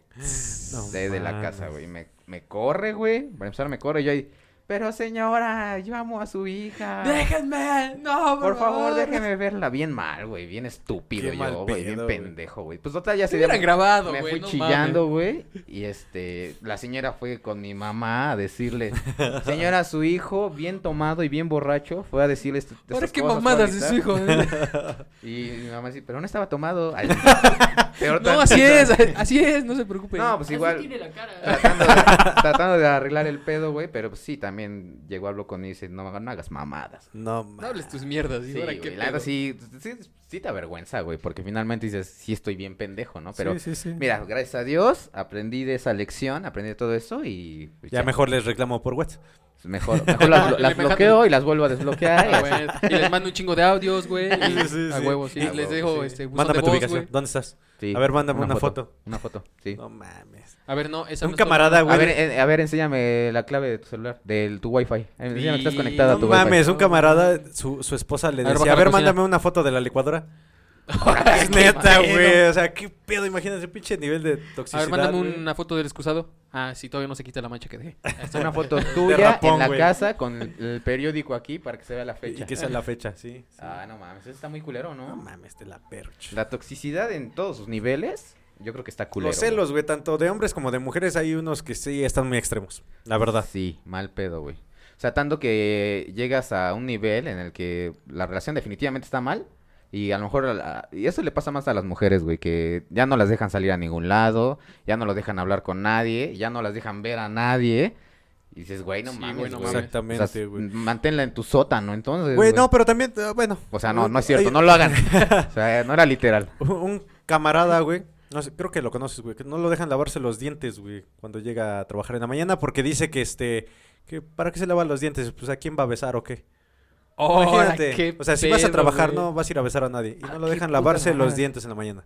Speaker 4: No
Speaker 2: de, de la casa,
Speaker 4: mames.
Speaker 2: güey. Me, me corre, güey. Para empezar, me corre. y Yo ahí, pero señora, yo amo a su hija.
Speaker 5: ¡Déjenme! ¡No,
Speaker 2: Por favor, déjeme verla. Bien mal, güey. Bien estúpido
Speaker 4: Qué mal
Speaker 2: yo, güey. Bien
Speaker 4: pedo, güey.
Speaker 2: pendejo, güey. Pues total, ya
Speaker 5: Se
Speaker 2: se
Speaker 5: hubieran grabado,
Speaker 2: Me
Speaker 5: güey.
Speaker 2: fui
Speaker 5: no
Speaker 2: chillando, güey. Y este, la señora fue con mi mamá a decirle, señora, su hijo, bien tomado y bien borracho, fue a decirle este,
Speaker 5: mames. Ahora
Speaker 2: estas
Speaker 5: qué
Speaker 2: cosas,
Speaker 5: mamadas
Speaker 2: fue a gritar.
Speaker 5: de su hijo. [LAUGHS] ¿eh?
Speaker 2: Y mi mamá dice, pero no estaba
Speaker 5: [LAUGHS]
Speaker 2: tomado. Ay, peor
Speaker 5: No,
Speaker 2: tantito.
Speaker 5: así es, así es, no se preocupe.
Speaker 2: No, pues
Speaker 1: Así
Speaker 2: igual,
Speaker 1: [LAUGHS] tiene la cara.
Speaker 2: tratando de, tratando de arreglar el pedo, güey, pero pues, sí, también también llegó, habló conmigo y dice, no, no hagas mamadas.
Speaker 4: No,
Speaker 5: No
Speaker 4: ma-
Speaker 5: hables tus
Speaker 4: Pues
Speaker 5: mierdas.
Speaker 2: Sí,
Speaker 5: digo, ahora
Speaker 2: güey,
Speaker 5: qué
Speaker 2: la neta
Speaker 5: pedo.
Speaker 2: sí, sí, sí te avergüenza, güey, porque finalmente dices, sí estoy bien pendejo, ¿no? Pero
Speaker 4: Sí, sí, sí.
Speaker 2: mira, gracias a Dios aprendí de esa lección, aprendí de todo eso y... pues,
Speaker 4: ya mejor les reclamo por WhatsApp.
Speaker 2: Mejor,
Speaker 4: [LAUGHS]
Speaker 2: mejor las, las bloqueo y las vuelvo a desbloquear. y
Speaker 5: Ah,
Speaker 2: así.
Speaker 5: güey, Y les mando un chingo de audios, güey. y-
Speaker 4: Sí, sí,
Speaker 5: a
Speaker 4: sí.
Speaker 5: huevo, sí.
Speaker 2: A
Speaker 5: les
Speaker 2: huevo,
Speaker 5: dejo
Speaker 2: sí.
Speaker 5: este buzón
Speaker 4: Mándame
Speaker 5: de
Speaker 4: tu
Speaker 5: voz,
Speaker 4: ubicación.
Speaker 5: güey.
Speaker 4: ¿Dónde estás?
Speaker 2: Sí,
Speaker 4: A ver, mándame una foto.
Speaker 2: Una foto, sí.
Speaker 4: No mames.
Speaker 5: A ver, no, esa
Speaker 4: Un
Speaker 5: no está-
Speaker 4: camarada,
Speaker 2: A
Speaker 4: güey.
Speaker 2: ver, eh, a ver, enséñame la clave de tu celular, de tu wifi. Eh, Enséñame que estás
Speaker 5: Sí,
Speaker 2: conectada a tu
Speaker 4: No
Speaker 2: wifi.
Speaker 4: mames, un camarada, su, su esposa le
Speaker 5: A ver,
Speaker 4: decía,
Speaker 5: baja
Speaker 4: a
Speaker 5: la
Speaker 4: ver,
Speaker 5: cocina".
Speaker 4: mándame una foto de la licuadora.
Speaker 5: [LAUGHS]
Speaker 4: [LAUGHS] Es neta,
Speaker 5: pedo.
Speaker 4: güey. O sea, qué pedo, imagínate pinche nivel de
Speaker 5: A
Speaker 4: toxicidad.
Speaker 5: ver, mándame
Speaker 4: güey.
Speaker 5: una foto del excusado. Ah, sí, todavía no se quita la mancha que dejé.
Speaker 2: Una
Speaker 4: [LAUGHS]
Speaker 2: foto tuya
Speaker 4: rapón,
Speaker 2: en la
Speaker 4: güey.
Speaker 2: casa con el, el periódico aquí para que se vea la fecha.
Speaker 4: Y que sea la fecha, sí. sí.
Speaker 2: Ah, no mames, eso está muy culero,
Speaker 4: No
Speaker 2: ¿no?
Speaker 4: mames, te la percha.
Speaker 2: La toxicidad en todos sus niveles, yo creo que está culero.
Speaker 4: Los celos, güey, tanto de hombres como de mujeres, hay unos que sí están muy extremos, la verdad.
Speaker 2: Sí, mal pedo, güey. O sea, tanto que llegas a un nivel en el que la relación definitivamente está mal. Y a lo mejor, a la- y eso le pasa más a las mujeres, güey, que ya no las dejan salir a ningún lado, ya no las dejan hablar con nadie, ya no las dejan ver a nadie. Y dices, güey, no
Speaker 5: Sí,
Speaker 2: mames,
Speaker 5: güey, no
Speaker 2: güey.
Speaker 5: mames.
Speaker 2: O
Speaker 4: Exactamente,
Speaker 2: sea,
Speaker 4: güey.
Speaker 2: manténla en tu sótano, entonces. güey.
Speaker 4: Güey, no, pero también, eh, bueno.
Speaker 2: O sea, no, no es
Speaker 4: Hay
Speaker 2: cierto, no lo
Speaker 4: [LAUGHS]
Speaker 2: hagan. O sea, no era literal.
Speaker 4: Un camarada, güey. No sé, creo que lo conoces, güey. Que no lo dejan lavarse los dientes, güey, cuando llega a trabajar en la mañana, porque dice que este. Que ¿Para qué se lavan los dientes? Pues a quién va a besar o qué. Imagínate. o sea, si vas a trabajar, no vas a ir a besar a nadie. Y
Speaker 5: Ah,
Speaker 4: no lo
Speaker 5: qué
Speaker 4: dejan
Speaker 5: puta
Speaker 4: lavarse los
Speaker 5: madre.
Speaker 4: dientes en la mañana.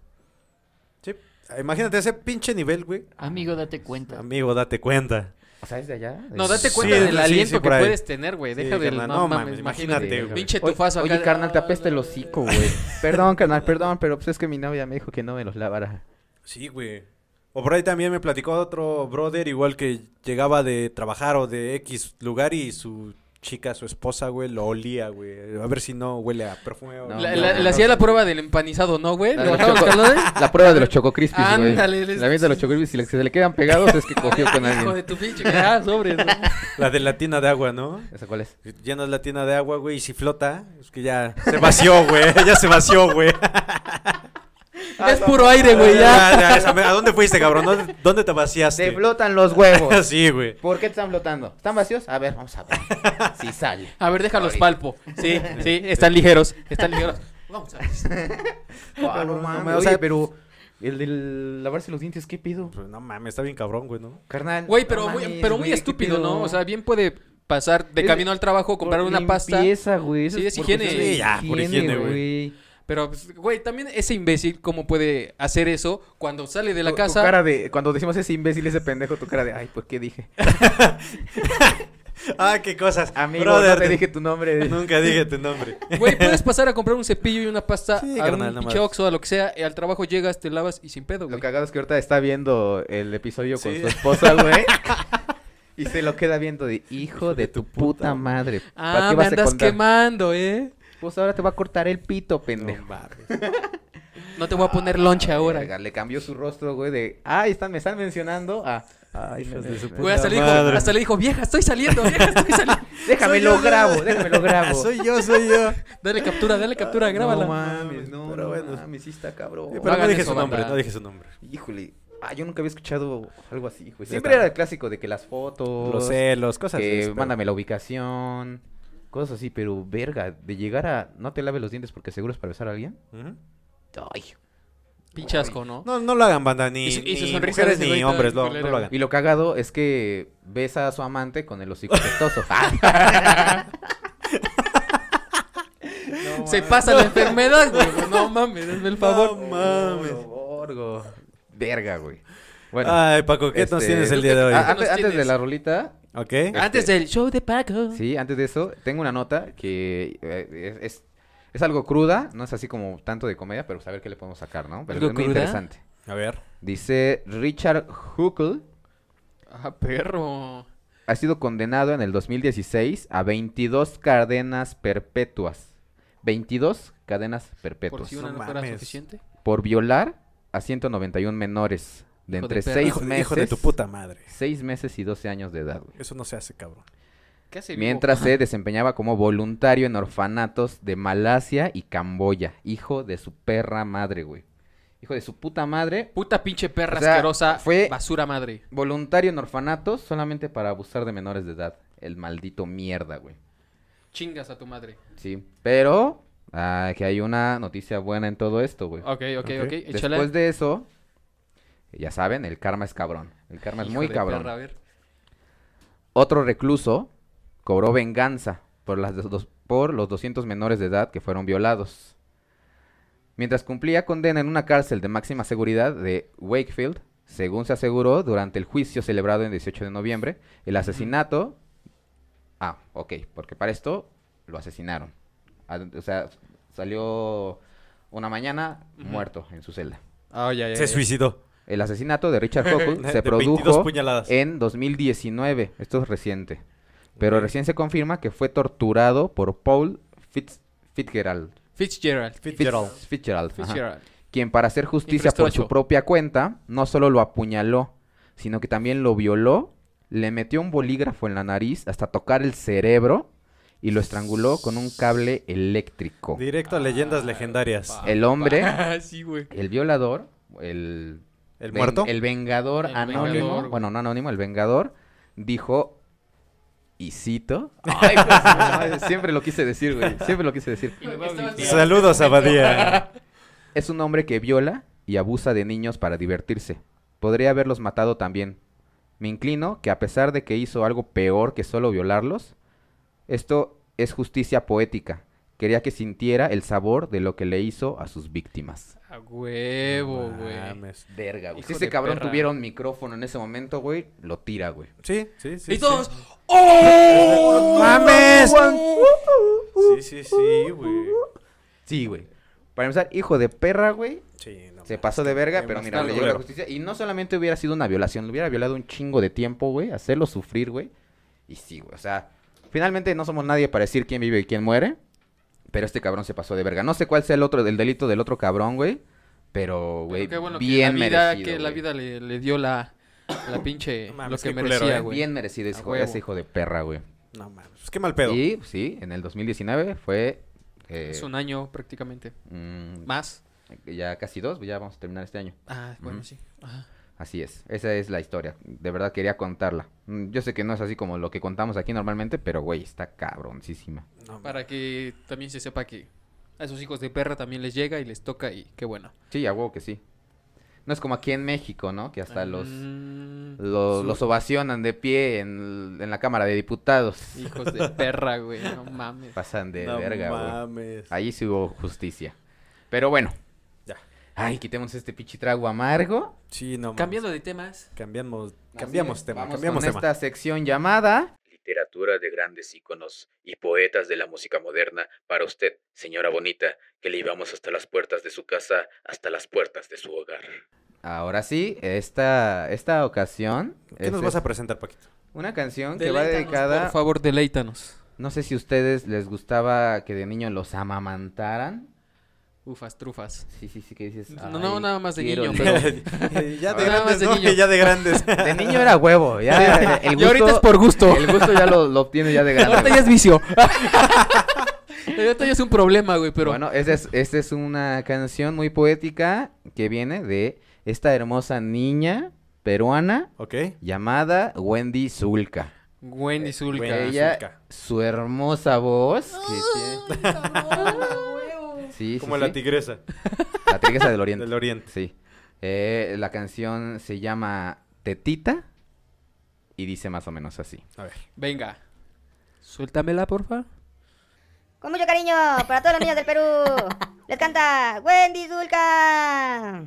Speaker 4: Sí. Imagínate ese pinche nivel, güey.
Speaker 1: Amigo, date cuenta.
Speaker 4: Amigo, date cuenta.
Speaker 2: O sea, es de allá. de-
Speaker 5: No, date
Speaker 4: Sí,
Speaker 5: cuenta
Speaker 4: sí,
Speaker 5: del
Speaker 4: sí,
Speaker 5: aliento
Speaker 4: por
Speaker 5: que
Speaker 4: ahí.
Speaker 5: puedes tener, güey.
Speaker 4: Sí,
Speaker 5: Deja del...
Speaker 4: carnal,
Speaker 5: No,
Speaker 4: no
Speaker 5: mames,
Speaker 4: mames,
Speaker 5: imagínate.
Speaker 4: imagínate, güey.
Speaker 5: Pinche
Speaker 2: Oye-
Speaker 5: tufazo
Speaker 2: Oye,
Speaker 5: acá.
Speaker 2: carnal, te apesta el hocico,
Speaker 5: [LAUGHS]
Speaker 2: güey. Perdón, carnal, perdón, pero pues es que mi novia me dijo que no me los lavara.
Speaker 4: Sí, güey. O por ahí también me platicó otro brother, igual que llegaba de trabajar o de X lugar y su chica, su esposa, güey, lo olía, güey. A ver si no huele a perfume. o-
Speaker 2: No,
Speaker 5: La-
Speaker 2: no,
Speaker 5: la-
Speaker 2: no,
Speaker 5: Le
Speaker 2: no.
Speaker 5: hacía la prueba del empanizado, ¿no, güey?
Speaker 2: La,
Speaker 5: ¿Le
Speaker 2: de los
Speaker 5: bajaba los
Speaker 2: Choco-
Speaker 5: calones?
Speaker 2: la prueba de los Choco Crispis, güey.
Speaker 5: Ándale, les-
Speaker 2: La mierda de los Choco Crispis, si le- si se le quedan pegados es que
Speaker 5: [LAUGHS]
Speaker 2: cogió con
Speaker 5: Hijo de
Speaker 2: alguien.
Speaker 5: tu pinche... Ah, sobre.
Speaker 4: La de la tina de agua, ¿no?
Speaker 2: [LAUGHS] ¿Esa cuál es?
Speaker 4: Llenas la tina de agua, güey, y si flota, es que ya se vació, [LAUGHS] güey. Ya se vació, güey.
Speaker 5: Es puro aire, güey,
Speaker 4: Ah,
Speaker 5: ya.
Speaker 4: Ya, ya, esa- ¿A dónde fuiste, cabrón? ¿Dónde, dónde te
Speaker 2: Se
Speaker 5: Este.
Speaker 4: vaciaste?
Speaker 2: flotan los
Speaker 5: [LAUGHS]
Speaker 2: huevos.
Speaker 4: [LAUGHS] Sí, güey.
Speaker 2: ¿Por qué te están flotando? ¿Están vacíos? A ver, vamos a ver. Si
Speaker 5: [LAUGHS]
Speaker 2: sale.
Speaker 5: A ver, déjalos
Speaker 2: Ahorita.
Speaker 5: palpo. Sí, sí, están ligeros. Están ligeros. Vamos a ver.
Speaker 2: Ah, no
Speaker 4: no
Speaker 2: mames,
Speaker 4: mames, o
Speaker 2: oye,
Speaker 4: sea-
Speaker 2: pero el del lavarse los dientes, ¿qué pido?
Speaker 4: Pues, No mames, está bien cabrón, güey, ¿no?
Speaker 2: Carnal.
Speaker 5: Güey,
Speaker 2: no
Speaker 5: pero, muy,
Speaker 2: mames,
Speaker 5: pero muy
Speaker 2: güey, ¿qué
Speaker 5: estúpido,
Speaker 2: pido?
Speaker 5: ¿no? O sea, bien puede pasar de
Speaker 2: Es-
Speaker 5: camino al trabajo, comprar
Speaker 2: Por
Speaker 5: una pasta.
Speaker 2: limpieza, güey. eso
Speaker 5: Sí, es
Speaker 2: por
Speaker 5: higiene.
Speaker 2: cuestión de
Speaker 4: Sí, ya, por higiene, güey.
Speaker 5: Pero, pues, güey, también ese imbécil, ¿cómo puede hacer eso cuando sale de
Speaker 2: Tu-
Speaker 5: la
Speaker 2: tu
Speaker 5: casa?
Speaker 2: cara de, cuando decimos ese imbécil, ese pendejo, tu cara de, ay, ¿por qué dije?
Speaker 4: Ah, qué cosas.
Speaker 2: Amigo,
Speaker 4: Brother,
Speaker 2: no te dije tu nombre.
Speaker 4: [LAUGHS] Nunca dije tu nombre.
Speaker 5: Güey, puedes pasar a comprar un cepillo y una pasta
Speaker 4: Sí,
Speaker 5: a
Speaker 4: carnal, no
Speaker 5: un pinche
Speaker 4: mames.
Speaker 5: Oxxo, a lo que sea. y al trabajo llegas, te lavas y sin pedo,
Speaker 2: Lo
Speaker 5: güey.
Speaker 2: cagado es que ahorita está viendo el episodio con
Speaker 4: Sí.
Speaker 2: su esposa, güey.
Speaker 4: [LAUGHS]
Speaker 2: y se lo queda viendo de, hijo de tu puta madre. ¿Para qué
Speaker 5: Ah, me
Speaker 2: vas a
Speaker 5: andas
Speaker 2: contar?
Speaker 5: quemando, ¿eh?
Speaker 2: Pues ahora te va a cortar el pito, pendejo.
Speaker 4: No mames.
Speaker 5: No te voy a poner lonche
Speaker 2: Ah,
Speaker 5: ahora.
Speaker 2: verga, Le cambió su rostro, güey, de, ay, están, me están mencionando a... Ay,
Speaker 4: hijos
Speaker 2: me-
Speaker 4: de su
Speaker 2: me-
Speaker 5: Güey, hasta le, dijo,
Speaker 4: madre.
Speaker 5: hasta le dijo, vieja, estoy saliendo, vieja, estoy saliendo.
Speaker 2: Déjame
Speaker 4: Soy
Speaker 2: lo
Speaker 4: yo,
Speaker 2: grabo,
Speaker 4: yo.
Speaker 2: déjame lo grabo.
Speaker 4: [LAUGHS] Soy yo, soy yo.
Speaker 5: [LAUGHS] Dale captura, dale captura,
Speaker 2: Ah, No
Speaker 5: grábala.
Speaker 2: mames, no,
Speaker 4: Pero
Speaker 2: no
Speaker 4: bueno.
Speaker 2: mames, sí está cabrón.
Speaker 4: Pero
Speaker 5: No
Speaker 4: no
Speaker 5: hagan
Speaker 4: dije
Speaker 5: eso,
Speaker 4: su nombre,
Speaker 5: banda.
Speaker 4: no dije su nombre.
Speaker 2: Híjole, ah, yo nunca había escuchado algo así, güey.
Speaker 4: Neta.
Speaker 2: Siempre era el clásico de que las fotos,
Speaker 4: Los celos, cosas
Speaker 2: que
Speaker 4: esas, pero-
Speaker 2: mándame la ubicación, cosas así, pero verga, de llegar a no te laves los dientes porque seguro es para besar a alguien.
Speaker 4: Ujú.
Speaker 2: Ay.
Speaker 5: Pinche asco, ¿no?
Speaker 4: No, no lo hagan, banda, ni,
Speaker 5: Y su- y su
Speaker 4: ni
Speaker 5: sonrisa
Speaker 4: mujeres
Speaker 5: de ese
Speaker 4: ni
Speaker 5: güey
Speaker 4: hombres,
Speaker 5: tan
Speaker 4: lo- no
Speaker 5: culera,
Speaker 4: lo hagan.
Speaker 2: Y lo cagado es que besa a su amante con el hocico [LAUGHS] pestoso.
Speaker 5: Se pasa la enfermedad, güey. No mames, hazme el favor.
Speaker 4: No mames.
Speaker 2: Verga, güey. Bueno,
Speaker 4: Ay, Paco, ¿qué nos
Speaker 2: este, ah,
Speaker 4: tienes el día de hoy?
Speaker 2: a-
Speaker 5: ¿qué
Speaker 2: antes,
Speaker 5: nos
Speaker 2: antes de
Speaker 5: tienes?
Speaker 2: la rolita,
Speaker 4: ¿Ok?
Speaker 5: Antes
Speaker 4: Este,
Speaker 5: del show de Paco.
Speaker 2: Sí, antes de eso, tengo una nota que eh, es, es, es algo cruda, no es así como tanto de comedia, pero saber qué le podemos sacar, ¿no? Pero
Speaker 5: ¿Algo
Speaker 2: es muy
Speaker 5: cruda?
Speaker 2: interesante.
Speaker 4: A ver.
Speaker 2: Dice Richard Huckel
Speaker 5: Ah, perro.
Speaker 2: ha sido condenado en el 2016 a 22 cadenas perpetuas. 22 cadenas
Speaker 5: Por
Speaker 2: perpetuas.
Speaker 5: si
Speaker 2: Por,
Speaker 5: una
Speaker 4: no
Speaker 5: no fuera
Speaker 4: mames.
Speaker 5: suficiente.
Speaker 2: violar a 191 menores de
Speaker 5: Hijo de
Speaker 2: entre
Speaker 5: perra.
Speaker 2: 6
Speaker 4: Hijo,
Speaker 2: meses.
Speaker 4: hijo de tu puta madre.
Speaker 2: 6 meses y 12 años de edad, güey.
Speaker 4: Eso no se hace, cabrón.
Speaker 5: ¿Qué hace vivo?
Speaker 2: Mientras se desempeñaba como voluntario en orfanatos de Malasia y Camboya. Hijo de su perra madre, güey. Hijo de su puta madre.
Speaker 5: Puta pinche perra
Speaker 2: O sea,
Speaker 5: asquerosa.
Speaker 2: fue-
Speaker 5: Basura madre.
Speaker 2: Voluntario en orfanatos solamente para abusar de menores de edad. el maldito mierda, güey.
Speaker 5: Chingas a tu madre.
Speaker 2: Sí, pero ah, que hay una noticia buena en todo esto, güey.
Speaker 5: Ok, ok, ok.
Speaker 4: Ok.
Speaker 5: Échale.
Speaker 2: Después de eso, ya saben, el karma es cabrón. El karma es
Speaker 5: Hijo
Speaker 2: muy
Speaker 5: de
Speaker 2: cabrón.
Speaker 5: perra, a ver.
Speaker 2: Otro recluso cobró venganza por, las dos, por los 200 menores de edad que fueron violados. Mientras cumplía condena en una cárcel de máxima seguridad de Wakefield, según se aseguró durante el juicio celebrado en 18 de noviembre, el asesinato... Ah, ok, porque para esto lo asesinaron. Ah, O sea, salió una mañana
Speaker 5: Ujú.
Speaker 2: muerto en su celda.
Speaker 5: Ah, ya, ya,
Speaker 4: Se
Speaker 5: ya.
Speaker 4: suicidó.
Speaker 2: El asesinato de Richard Hockel
Speaker 4: De
Speaker 2: Eh, se
Speaker 4: 22
Speaker 2: produjo
Speaker 4: puñaladas.
Speaker 2: en 2019. Esto es reciente. Pero recién se confirma que fue torturado por Paul Fitz- Fitzgerald.
Speaker 3: Fitzgerald.
Speaker 4: Fitzgerald.
Speaker 2: Fitz- Fitzgerald, ajá.
Speaker 3: Fitzgerald.
Speaker 2: Quien para hacer justicia por su
Speaker 3: Infraestrocho.
Speaker 2: propia cuenta, no solo lo apuñaló, sino que también lo violó, le metió un bolígrafo en la nariz hasta tocar el cerebro y lo estranguló con un cable eléctrico.
Speaker 4: Directo a leyendas legendarias.
Speaker 5: pa.
Speaker 2: El hombre,
Speaker 5: [LAUGHS] Ah, sí, güey.
Speaker 2: el violador, el
Speaker 4: ¿El
Speaker 2: Ven-
Speaker 4: muerto?
Speaker 2: El Vengador
Speaker 5: El
Speaker 2: Anónimo.
Speaker 5: Vengador, güey.
Speaker 2: bueno, no anónimo, el Vengador dijo. Y cito. Ay, pues, no, siempre lo quise decir, güey. Siempre lo quise decir.
Speaker 1: Y me va a
Speaker 5: Estabas
Speaker 1: vivir.
Speaker 4: Saludos, Abadía.
Speaker 2: Es un hombre que viola y abusa de niños para divertirse. Podría haberlos matado también. Me inclino que a pesar de que hizo algo peor que solo violarlos, esto es justicia poética. Quería que sintiera el sabor de lo que le hizo a sus víctimas.
Speaker 5: A huevo, güey.
Speaker 4: Mames.
Speaker 2: Verga, güey. Si
Speaker 5: Hijo
Speaker 2: ese
Speaker 5: de
Speaker 2: cabrón
Speaker 5: perra.
Speaker 2: tuviera un micrófono en ese momento, güey, lo tira, güey.
Speaker 4: Sí, sí, sí.
Speaker 5: Y todos.
Speaker 4: sí.
Speaker 5: ¡Oh!
Speaker 4: ¡Mames! Sí, sí, sí, güey.
Speaker 2: Sí, güey. Para empezar, hijo de perra, güey.
Speaker 4: Sí, no
Speaker 2: Se
Speaker 4: mames.
Speaker 2: pasó de verga,
Speaker 4: Qué
Speaker 2: pero
Speaker 4: más
Speaker 2: mira, le
Speaker 4: tarde,
Speaker 2: llegó la
Speaker 4: culero.
Speaker 2: justicia. Y no solamente hubiera sido una violación, le hubiera violado un chingo de tiempo, güey. Hacerlo sufrir, güey. Y sí, güey. O sea, finalmente no somos nadie para decir quién vive y quién muere. Pero este cabrón se pasó de verga. No sé cuál sea el otro, el delito del otro cabrón, güey. Pero, güey,
Speaker 5: Pero qué bueno
Speaker 2: bien
Speaker 5: que la vida,
Speaker 2: merecido.
Speaker 5: que la
Speaker 2: güey.
Speaker 5: vida le, le dio la, la pinche.
Speaker 4: Mames,
Speaker 5: lo que
Speaker 4: qué culero,
Speaker 5: merecía,
Speaker 4: eh.
Speaker 5: güey.
Speaker 2: Bien merecido ese
Speaker 5: A
Speaker 2: hijo,
Speaker 5: huevo.
Speaker 2: ese hijo de perra, güey.
Speaker 4: No mames. Pues qué mal pedo.
Speaker 2: Y sí, en el 2019 fue. eh,
Speaker 5: Es un año prácticamente.
Speaker 2: mm,
Speaker 5: Más.
Speaker 2: ya casi dos, ya vamos a terminar este año.
Speaker 5: Ah, bueno,
Speaker 2: Ujú.
Speaker 5: sí. Ajá.
Speaker 2: Así es, esa es la historia. De verdad quería contarla. Mm, Yo sé que no es así como lo que contamos aquí normalmente, pero güey, está cabroncísima.
Speaker 4: No, mames.
Speaker 5: Para que también se sepa que a esos hijos de perra también les llega y les toca y qué bueno.
Speaker 2: Sí, a huevo que sí. No es como aquí en México, ¿no? Que hasta los,
Speaker 5: Mm,
Speaker 2: los,
Speaker 5: su-
Speaker 2: los ovacionan de pie en, en la Cámara de Diputados.
Speaker 5: Hijos de perra, güey.
Speaker 2: [LAUGHS]
Speaker 5: No mames.
Speaker 2: Pasan de
Speaker 4: No
Speaker 2: verga, güey.
Speaker 4: mames.
Speaker 2: Ahí sí hubo justicia. Pero bueno.
Speaker 4: Ya.
Speaker 2: Ay, quitemos este pinche trago amargo.
Speaker 4: Sí, no mames.
Speaker 5: Cambiando de temas.
Speaker 4: Cambiamos,
Speaker 2: Así
Speaker 4: cambiamos
Speaker 2: es,
Speaker 4: tema,
Speaker 2: vamos
Speaker 4: cambiamos
Speaker 2: con
Speaker 4: tema.
Speaker 2: esta sección llamada...
Speaker 6: literatura de grandes íconos y poetas de la música moderna para usted, señora bonita, que le llevamos hasta las puertas de su casa, hasta las puertas de su hogar.
Speaker 2: Ahora sí, esta, esta ocasión...
Speaker 4: ¿Qué nos
Speaker 2: es-
Speaker 4: vas a presentar,
Speaker 5: [LAUGHS]
Speaker 4: Paquito?
Speaker 2: Una canción que va
Speaker 5: Deleítanos,
Speaker 2: dedicada.
Speaker 5: Por favor, deleítanos.
Speaker 2: No sé si a ustedes les gustaba que de niño los amamantaran.
Speaker 5: Ufas, trufas.
Speaker 2: Sí, sí, sí, que dices.
Speaker 5: No, no,
Speaker 2: "Ay,
Speaker 5: nada más de
Speaker 2: quiero
Speaker 5: niño,
Speaker 2: leer".
Speaker 4: [LAUGHS] ya de
Speaker 5: Ahora nada
Speaker 4: grandes,
Speaker 5: más de
Speaker 4: ¿no?
Speaker 5: niño.
Speaker 4: Ya
Speaker 2: [LAUGHS]
Speaker 4: de grandes.
Speaker 2: De niño era huevo. Ya el
Speaker 5: Y ahorita es
Speaker 2: gusto,
Speaker 5: por gusto.
Speaker 2: el gusto
Speaker 5: [LAUGHS]
Speaker 2: ya lo, lo obtiene ya de grande.
Speaker 5: Ahorita ya es vicio. [LAUGHS] Ahorita ya es un problema, güey, pero.
Speaker 2: Bueno, esta es, esta es una canción muy poética que viene de esta hermosa niña peruana
Speaker 4: [LAUGHS] ok.
Speaker 2: llamada Wendy Zulka.
Speaker 5: Wendy Zulka.
Speaker 4: Wendy.
Speaker 2: eh, Ella,
Speaker 4: Zulka.
Speaker 2: su hermosa voz. Que tiene... Sí, sí,
Speaker 4: Como la
Speaker 2: sí. [LAUGHS]
Speaker 4: tigresa
Speaker 2: La tigresa del oriente.
Speaker 4: del oriente.
Speaker 2: Sí. Eh, la canción se llama Tetita y dice más o menos así.
Speaker 4: A ver.
Speaker 5: Venga. Suéltamela, porfa.
Speaker 7: Con mucho cariño para todos los niños del Perú. Les canta Wendy Zulka.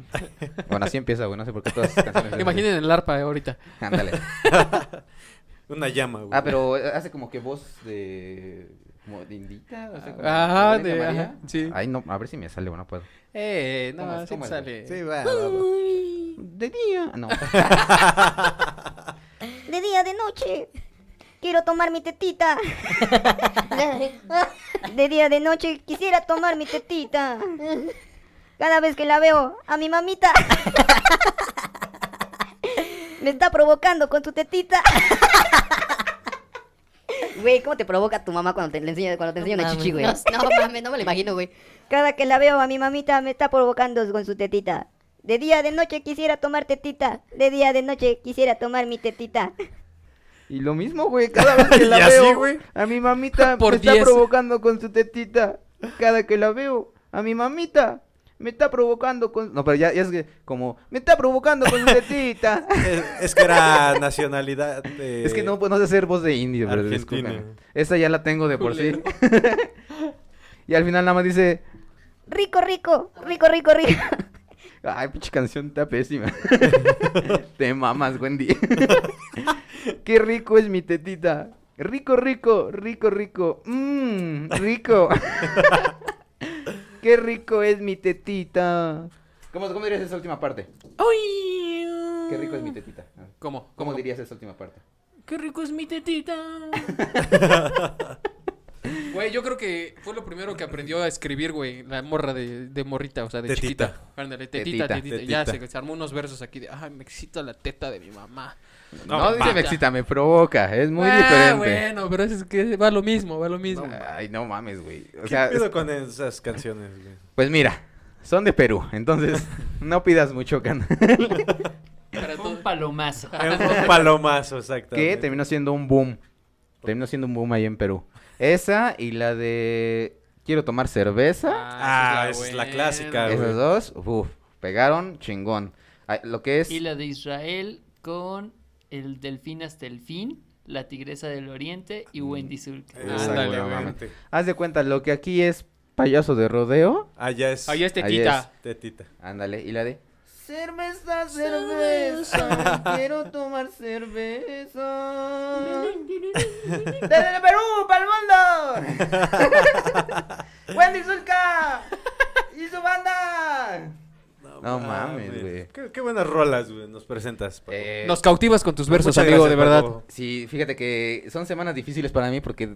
Speaker 2: Bueno, así empieza, güey. No sé por qué todas las canciones. son
Speaker 5: Imaginen el arpa eh, ahorita.
Speaker 2: así. Ándale.
Speaker 4: Una llama, güey.
Speaker 2: Ah, pero hace como que voz de. Como de indita. O sea, como
Speaker 5: Ajá,
Speaker 2: como
Speaker 5: de-
Speaker 2: María.
Speaker 5: ajá, sí.
Speaker 2: Ay, no, a ver si me sale, bueno, puedo.
Speaker 5: Eh,
Speaker 2: ¿Cómo
Speaker 5: no,
Speaker 2: es?
Speaker 5: sí
Speaker 2: ¿Cómo es,
Speaker 5: sale.
Speaker 4: Sí, va, va, va.
Speaker 2: De día. No.
Speaker 7: De día, de noche. Quiero tomar
Speaker 8: [LAUGHS]
Speaker 7: mi tetita. De día, de noche. Quisiera tomar mi tetita. Cada vez que la veo a mi mamita. Me está provocando con tu tetita.
Speaker 8: Güey, ¿cómo te provoca tu mamá cuando te, le enseña, cuando te enseña una chichi, güey? No, mames, no me lo imagino, güey.
Speaker 7: Cada que la veo a mi mamita me está provocando con su tetita. De día de noche quisiera tomar tetita. De día de noche quisiera tomar mi tetita.
Speaker 2: Y lo mismo, güey, cada vez que la
Speaker 4: [LAUGHS] Y así,
Speaker 2: veo.
Speaker 4: güey.
Speaker 2: A mi
Speaker 4: [LAUGHS]
Speaker 2: mamita
Speaker 3: Por
Speaker 2: me está
Speaker 3: diez.
Speaker 2: provocando con su tetita. Cada que la veo, a mi mamita me está provocando con. No, pero ya, ya es que como me está provocando con su tetita.
Speaker 4: Es, es que era nacionalidad. eh,
Speaker 2: [LAUGHS] es que no, pues, no sé hacer voz de indio, pero
Speaker 4: Argentina.
Speaker 2: disculpen. Esa ya la tengo de por sí. [LAUGHS] y al final nada más dice,
Speaker 7: Rico, rico, rico, rico, rico.
Speaker 2: ay, pinche canción está
Speaker 4: [LAUGHS]
Speaker 2: pésima. [LAUGHS] Te mamas, Wendy. [LAUGHS] Qué rico es mi tetita. Rico, rico, rico, rico. Mmm, rico. [LAUGHS] Qué rico es mi tetita. ¿Cómo, cómo dirías esa última parte? Qué rico es mi tetita.
Speaker 5: ah. ¿Cómo?
Speaker 2: ¿Cómo dirías esa última parte?
Speaker 5: Qué rico es mi
Speaker 2: [LAUGHS]
Speaker 5: tetita. Güey, yo creo que fue lo primero que aprendió a escribir, güey, la morra de, de morrita, o sea, de
Speaker 4: Tetita.
Speaker 5: chiquita. Ándale,
Speaker 2: Tetita.
Speaker 5: tetita, tetita.
Speaker 4: Tetita.
Speaker 5: Ya se, se armó unos versos aquí de, ay, me excita la teta de mi mamá.
Speaker 2: No,
Speaker 4: No,
Speaker 2: dice me excita, me provoca. Es muy
Speaker 5: Ah,
Speaker 2: diferente.
Speaker 5: bueno, pero es que va lo mismo, va lo mismo.
Speaker 2: Ay, no mames, güey. O
Speaker 4: ¿Qué
Speaker 2: sea,
Speaker 4: pedo
Speaker 2: es-
Speaker 4: con esas canciones, güey?
Speaker 2: pues mira, son de Perú,
Speaker 4: [LAUGHS]
Speaker 2: entonces no pidas mucho, can.
Speaker 5: Para
Speaker 1: Fue un
Speaker 5: todo-
Speaker 1: palomazo.
Speaker 5: Ah,
Speaker 4: Un palomazo, exactamente.
Speaker 2: que terminó siendo un boom. Terminó siendo un boom ahí en Perú. Esa y la de quiero tomar cerveza.
Speaker 4: Ah, esa es la
Speaker 5: buena.
Speaker 4: clásica, güey.
Speaker 2: Esas dos, uf, pegaron chingón. Ay, Lo que es
Speaker 1: Y la de Israel con el delfín hasta el fin, la tigresa del oriente y
Speaker 4: Mm.
Speaker 1: Wendy Zulka.
Speaker 4: Eh.
Speaker 5: Ándale, güey.
Speaker 4: Exactamente.
Speaker 2: haz de cuenta lo que aquí es payaso de rodeo.
Speaker 4: Allá es
Speaker 5: Ahí es
Speaker 2: Ahí
Speaker 5: tetita.
Speaker 2: es.
Speaker 4: tetita.
Speaker 2: Ándale, y la de cerveza, cerveza, quiero tomar cerveza.
Speaker 1: [LAUGHS]
Speaker 2: Desde Perú, para el mundo. Wendy Zulka y su banda. No mames, güey.
Speaker 4: Qué, qué buenas rolas, güey, nos presentas. Paco.
Speaker 2: Eh,
Speaker 3: Nos cautivas con tus versos,
Speaker 4: Muchas
Speaker 3: amigo, de
Speaker 4: gracias,
Speaker 3: verdad.
Speaker 4: Paco.
Speaker 2: Sí, fíjate que son semanas difíciles para mí porque